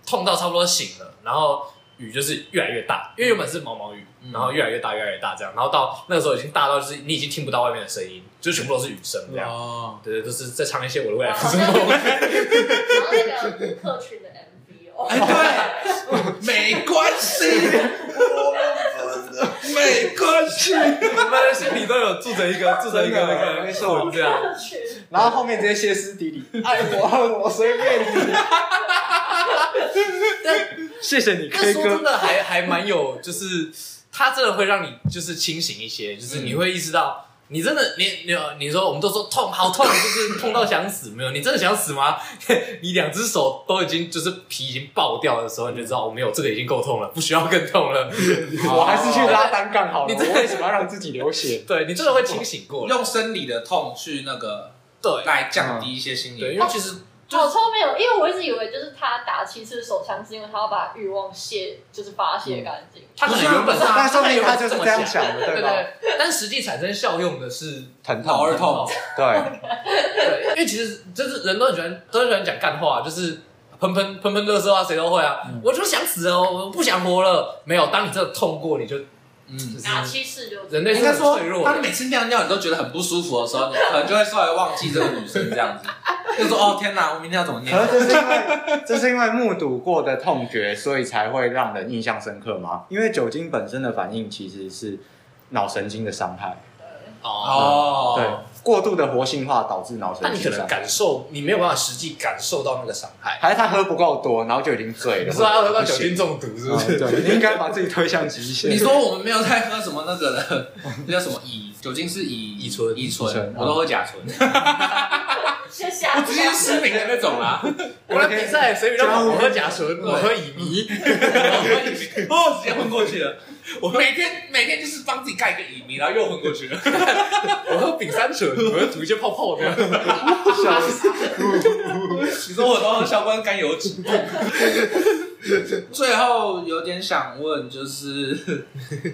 痛到差不多醒了，然后雨就是越来越大，因为原本是毛毛雨，嗯然后越来越大，越来越大这样，然后到那个时候已经大到就是你已经听不到外面的声音，就全部都是雨声这样。嗯哦，对对，就是在唱一些我的未来然不 后是那梦。个 顾客群的 MV 哦，哎没关系，哎没关 系，我们的心里都有住着一个住着一个真的那个没错魂这样。客群然后后面直接歇斯底里，爱我爱哎我随便你，谢谢 你，K 说哥真的还还蛮有，就是它真的会让你就是清醒一些，就是你会意识到，你真的你你你说我们都说痛好痛，就是痛到想死，没有？你真的想死吗？ 你两只手都已经就是皮已经爆掉的时候，你就知道我没有这个已经够痛了，不需要更痛了。 我还是去拉单杠好了。你真的我为什么要让自己流血？对你真的会清醒过来， 用生理的痛去那个对来降低一些心理，对，因为其实好聪明哦，因为我一直以为就是他打七次手枪是因为他要把欲望泄，就是发泄干净。它可能原本那说明他它就是这这么样想的，对 对对吧？对，但实际产生效用的是疼老痛，二痛，对，对，因为其实就是人都很喜欢，都很喜欢讲干话，就是喷喷喷喷乐色话，谁都会啊。嗯我就想死了，我不想活了。没有，当你真的痛过，你就嗯。就是打七次就人类应是该很说脆，弱当你的。每次尿尿你都觉得很不舒服的时候，你可能就会稍微忘记这个女生这样 子，就说哦天哪，我明天要怎么念可？是这是因为 这是因为目睹过的痛觉，所以才会让人印象深刻吗？因为酒精本身的反应其实是脑神经的伤害，哦，哦，对，过度的活性化导致脑神但你可经能伤害，感受，你没有办法实际感受到那个伤害。还是他喝不够多，然后就已经醉你了。说他喝到不酒行精中毒 是不嗯是？对，你应该把自己推向极限。你说我们没有在喝什么那个了， 那叫什么乙酒精是乙乙醇乙乙醇啊醇，我都喝甲醇，先下直接 失明的那种啊啦。我来比赛，谁比较猛？加入我喝甲醇，我喝乙 醚。哦，直接昏过去了。我每天每天就是帮自己盖一个乙醚，然后又昏过去了。我喝丙三醇，我会煮一些泡泡的。 笑 死，你说我都喝相关甘油脂。 最后有点想问， 就是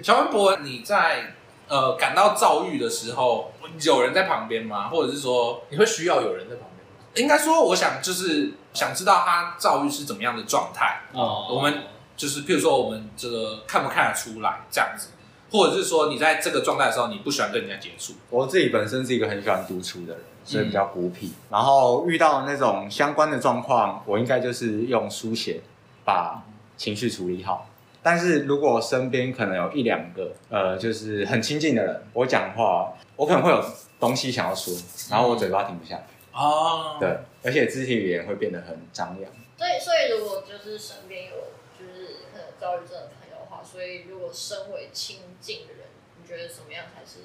乔文博，你在呃感到躁郁的时候，有人在旁边吗？或者是说，你会需要有人在旁边吗？应该说，我想就是想知道他躁郁是怎么样的状态。哦我们就是譬如说我们这个看不看得出来这样子，或者是说你在这个状态的时候，你不喜欢跟人家接触，我自己本身是一个很喜欢独处的人，所以比较孤僻。然后遇到那种相关的状况，我应该就是用书写把情绪处理好。但是如果身边可能有一两个呃，就是很亲近的人，我讲话我可能会有东西想要说，然后我嘴巴停不下来，哦，对，而且肢体语言会变得很张扬。所以，所以如果就是身边有就是可能躁郁症的朋友的话，所以如果身为亲近的人，你觉得怎么样才是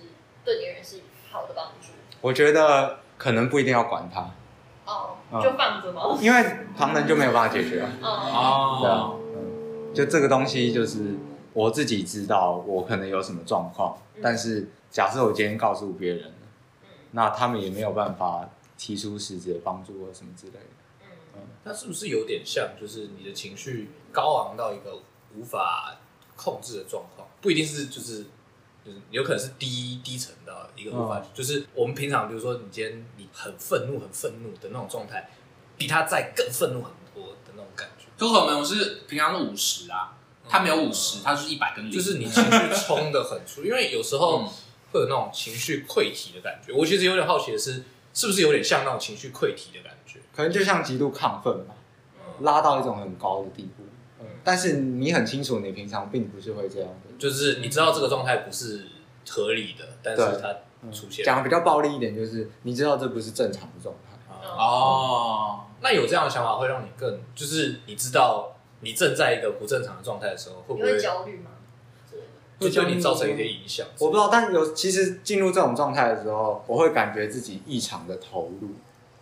对你而言是好的帮助？我觉得可能不一定要管他，哦，嗯就放着吗？因为旁人就没有办法解决啊。哦，对啊哦，，嗯就这个东西就是我自己知道我可能有什么状况，嗯但是假设我今天告诉别人了，嗯那他们也没有办法提出实质的帮助或什么之类的。嗯那是不是有点像，就是你的情绪高昂到一个无法控制的状况？不一定是就是就是有可能是低低沉到一个无嗯法，就是我们平常比如说你今天你很愤怒、很愤怒的那种状态，比他再更愤怒很多的那种感觉，可可能是平常是五十啊，他没有五十，他是一百嗯跟零，就是你情绪冲的很 出，因为有时候嗯会有那种情绪溃体的感觉。我其实有点好奇的是，是不是有点像那种情绪溃体的感觉？可能就像极度亢奋吧，嗯拉到一种很高的地步。嗯但是你很清楚，你平常并不是会这样的。就是你知道这个状态不是合理的，但是对它嗯出现了讲的比较暴力一点，就是你知道这不是正常的状态。嗯啊，哦，那有这样的想法会让你更，就是你知道你正在一个不正常的状态的时候，会不你会会焦虑吗？之类的会对你造成一些影响？我不知道，但有其实进入这种状态的时候，我会感觉自己异常的投入。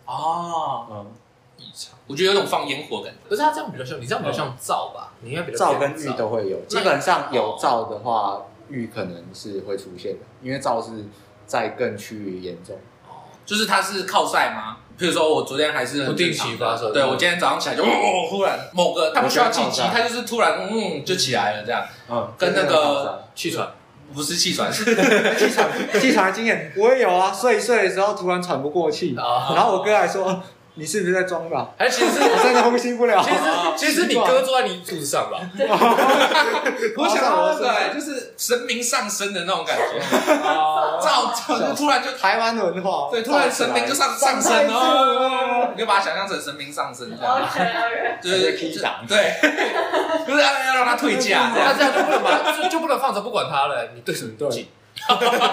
哦，嗯，异常，我觉得有种放烟火感可是他这样比较像，你这样比较像燥吧？你应该比较燥像跟郁都会有，基本哦上有燥的话，郁可能是会出现的，因为燥是在更趋于严重。哦，就是它是靠晒吗？譬如说，我昨天还是很不定期发射对我今天早上起来就哦，忽然某个它不需要契机，它就是突然嗯就起来了这样，嗯，跟那 个气喘，不是气喘，是气喘，气喘的经验我也有啊，睡一睡的时候突然喘不过气，啊 然后我哥还说。你是不是在装吧？还哎是其实 是我真的呼吸不了。啊其实其实你哥坐在你肚子上吧？我想到那个、欸，就是神明上身的那种感觉，哦啊，照照就突然就台湾文化，对，突然神明就上上身哦，你就把它想象成神明上身这样， OK OK，就是直接踢掌对， 就是要要让他退价这那样。这样就不能把就就不能放着不管他了，你对什么对？嗯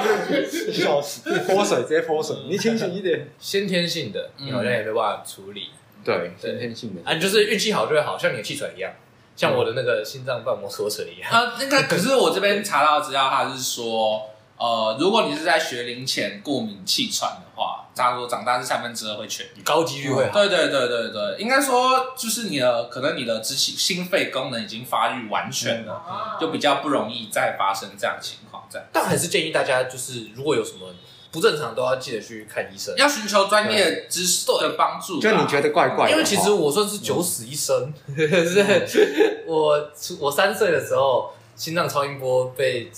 笑死，泼水直接泼水，你清醒一点。先天性的，你好像也没办法处理。对，对先天性的啊，你就是运气好就会好，像你的气喘一样，像我的那个心脏瓣膜缩水一样。呃，那个可是我这边查到的资料，它是说，呃，如果你是在学龄前过敏气喘的话，大多长大是三分之二会痊愈。嗯高几率会好。对对对对对，应该说就是你的可能你的支气心肺功能已经发育完全了，哦嗯就比较不容易再发生这样的情况。这样但还是建议大家，就是如果有什么不正常，都要记得去看医生。要寻求专业知识的帮助啦。就你觉得怪怪的话，嗯因为其实我算是九死一生， 是我我三岁的时候心脏超音波被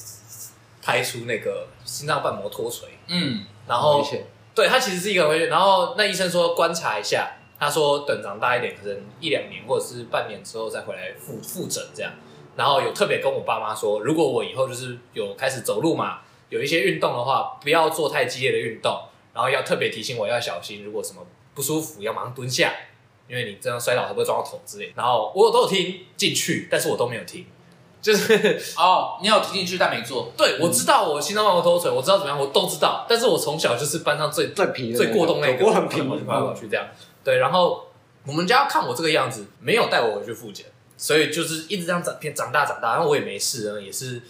排除那个心脏瓣膜脱垂，嗯，然很危后险对它其实是一个很危险。然后那医生说观察一下，他说等长大一点，可能一两年或者是半年之后再回来复复诊这样。然后有特别跟我爸妈说，如果我以后就是有开始走路嘛，有一些运动的话，不要做太激烈的运动，然后要特别提醒我要小心，如果什么不舒服要马上蹲下，因为你这样摔倒会不会撞到头之类的。然后我都有听进去，但是我都没有听， 就是哦，你有听进去但没做，对，我知道我心脏瓣膜脱垂，我知道怎么样，我都知道。但是我从小就是班上最最皮的那最个过动那个，嗯我很皮，跑来跑去这样。对，然后我们家看我这个样子，没有带我回去复检，所以就是一直这样长长大长大，然后我也没事，啊然后也是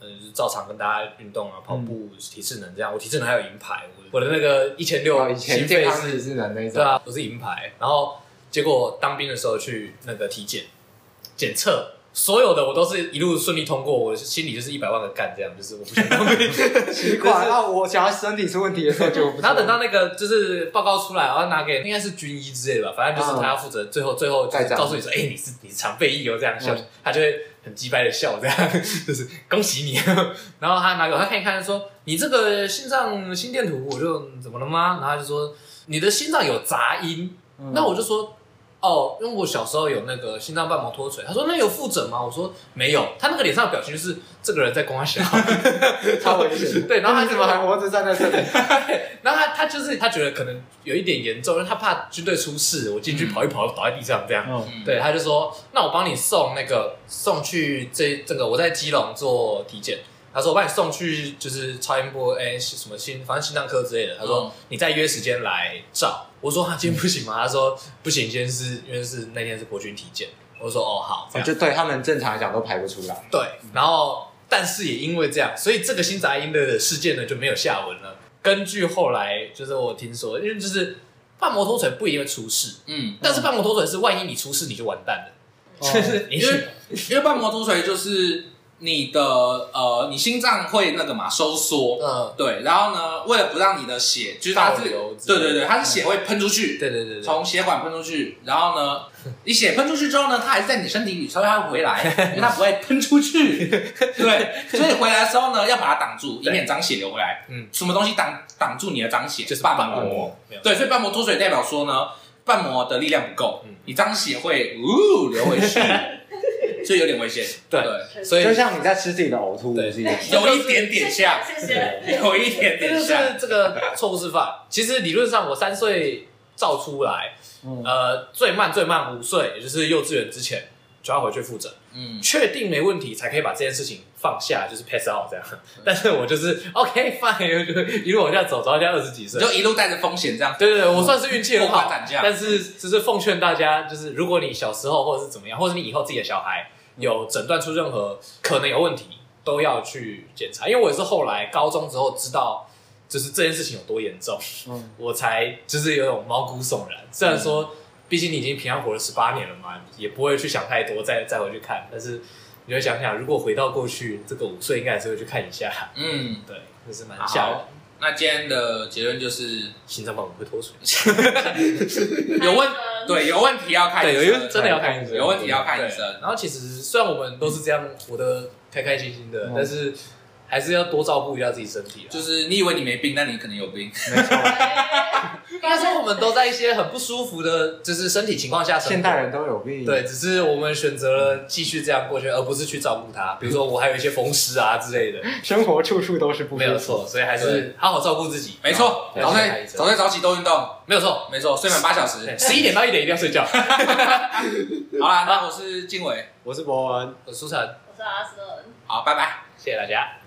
呃就是照常跟大家运动啊，嗯跑步、体适能这样。我体适能还有银牌，我我的那个一千六以前哦健康体质的那对种，啊，我是银牌。然后结果当兵的时候去那个体检检测，所有的我都是一路顺利通过，我心里就是一百万个干这样，就是我不想当兵。奇怪。那我想要身体出问题的时候 就不，然后等到那个就是报告出来，然后拿给应该是军医之类的吧，反正就是他要负责最后最后就盖是章告诉你说，哎、你是你是常备役哦，这样笑，他就会很鸡掰的笑，这样就是恭喜你。 然后他拿给我，他看一看说，你这个心脏心电图，我就怎么了吗？然后他就说你的心脏有杂音，嗯那我就说。哦，因为我小时候有那个心脏瓣膜脱垂，他说那有复诊吗？我说没有，他那个脸上的表情就是这个人在光笑，超危险。 对然后他你怎么还活着站在这里？ 然后他他就是他觉得可能有一点严重，因为他怕军队出事，我进去跑一跑倒在地上这样。嗯，嗯，对，他就说那我帮你送那个送去这这个我在基隆做体检，他说我帮你送去就是超音波哎什么心反正心脏科之类的，他说、嗯你再约时间来照。我说他、今天不行吗？他说不行，今天是因为是那天是国军体检。我说哦好，我这样就对他们正常来讲都排不出来。对，然后但是也因为这样，所以这个新杂音的事件呢就没有下文了。根据后来就是我听说，因为就是瓣膜脱垂不一定会出事，嗯， 但是瓣膜脱垂是万一你出事你就完蛋了，就是你因为因为瓣膜脱垂就是你的呃，你心脏会那个嘛收缩，嗯，对，然后呢，为了不让你的血，就是它倒是流之嗯类对的对对，它是血会喷出去，对对对对，从血管喷出去，然后呢，你血喷出去之后呢，它还是在你身体里，所以它会回来，因为它不会喷出去。对，所以回来的时候呢，要把它挡住，以免脏血流回来。嗯嗯，什么东西挡挡住你的脏血？就是瓣瓣膜膜，没有对，所以瓣膜脱水代表说呢，瓣膜的力量不够嗯，你脏血会呜流 回去，所以有点危险。对所 以就像你在吃自己的呕吐物是一 样。有一点点像谢谢，谢谢有一点这点就像。是这个错误示范。其实理论上我三岁照出来，嗯呃，最慢最慢五岁，也就是幼稚园之前就要回去复诊。嗯，确定没问题才可以把这件事情放下，就是 pass out 这样。但是我就是 OK fine，就一路往下走，走到现在二十几你岁。就一路带着风险这样。对对对，我算是运气很过好关斩，将但是只是奉劝大家，就是如果你小时候或者是怎么样，或者是你以后自己的小孩有诊断出任何可能有问题，都要去检查。因为我也是后来高中之后知道，就是这件事情有多严重，嗯，我才就是有种毛骨悚然。虽然说，毕竟你已经平安活了十八年了嘛，也不会去想太多，再再回去看。但是你会想想，如果回到过去，这个五岁应该还是会去看一下。嗯，对，就是蛮吓人好。。那今天的结论就是，心脏瓣膜会脱水。有问开灯对有问题要看医生，对，哎有一真的要看医生，有问题要看医对生。然后其实虽然我们都是这样活得开开心心的，嗯但是还是要多照顾一下自己身体啦。啊就是你以为你没病，但你可能有病。没错。哎 应该说我们都在一些很不舒服的，就是身体情况下 成现长。代人都有病。对，，只是我们选择了继续这样过去，而不是去照顾他。比如说，我还有一些风湿啊之类的，生活处处都是不没舒有错，服。所以还是对好好照顾自己。没错，对早还睡是早睡早起多运动，没有错，没错，睡满八小时。十一点到一点一定要睡觉。好啦，那我是静伟，我是博文。我是舒晨，我是阿瑟恩。好，拜拜。谢谢大家。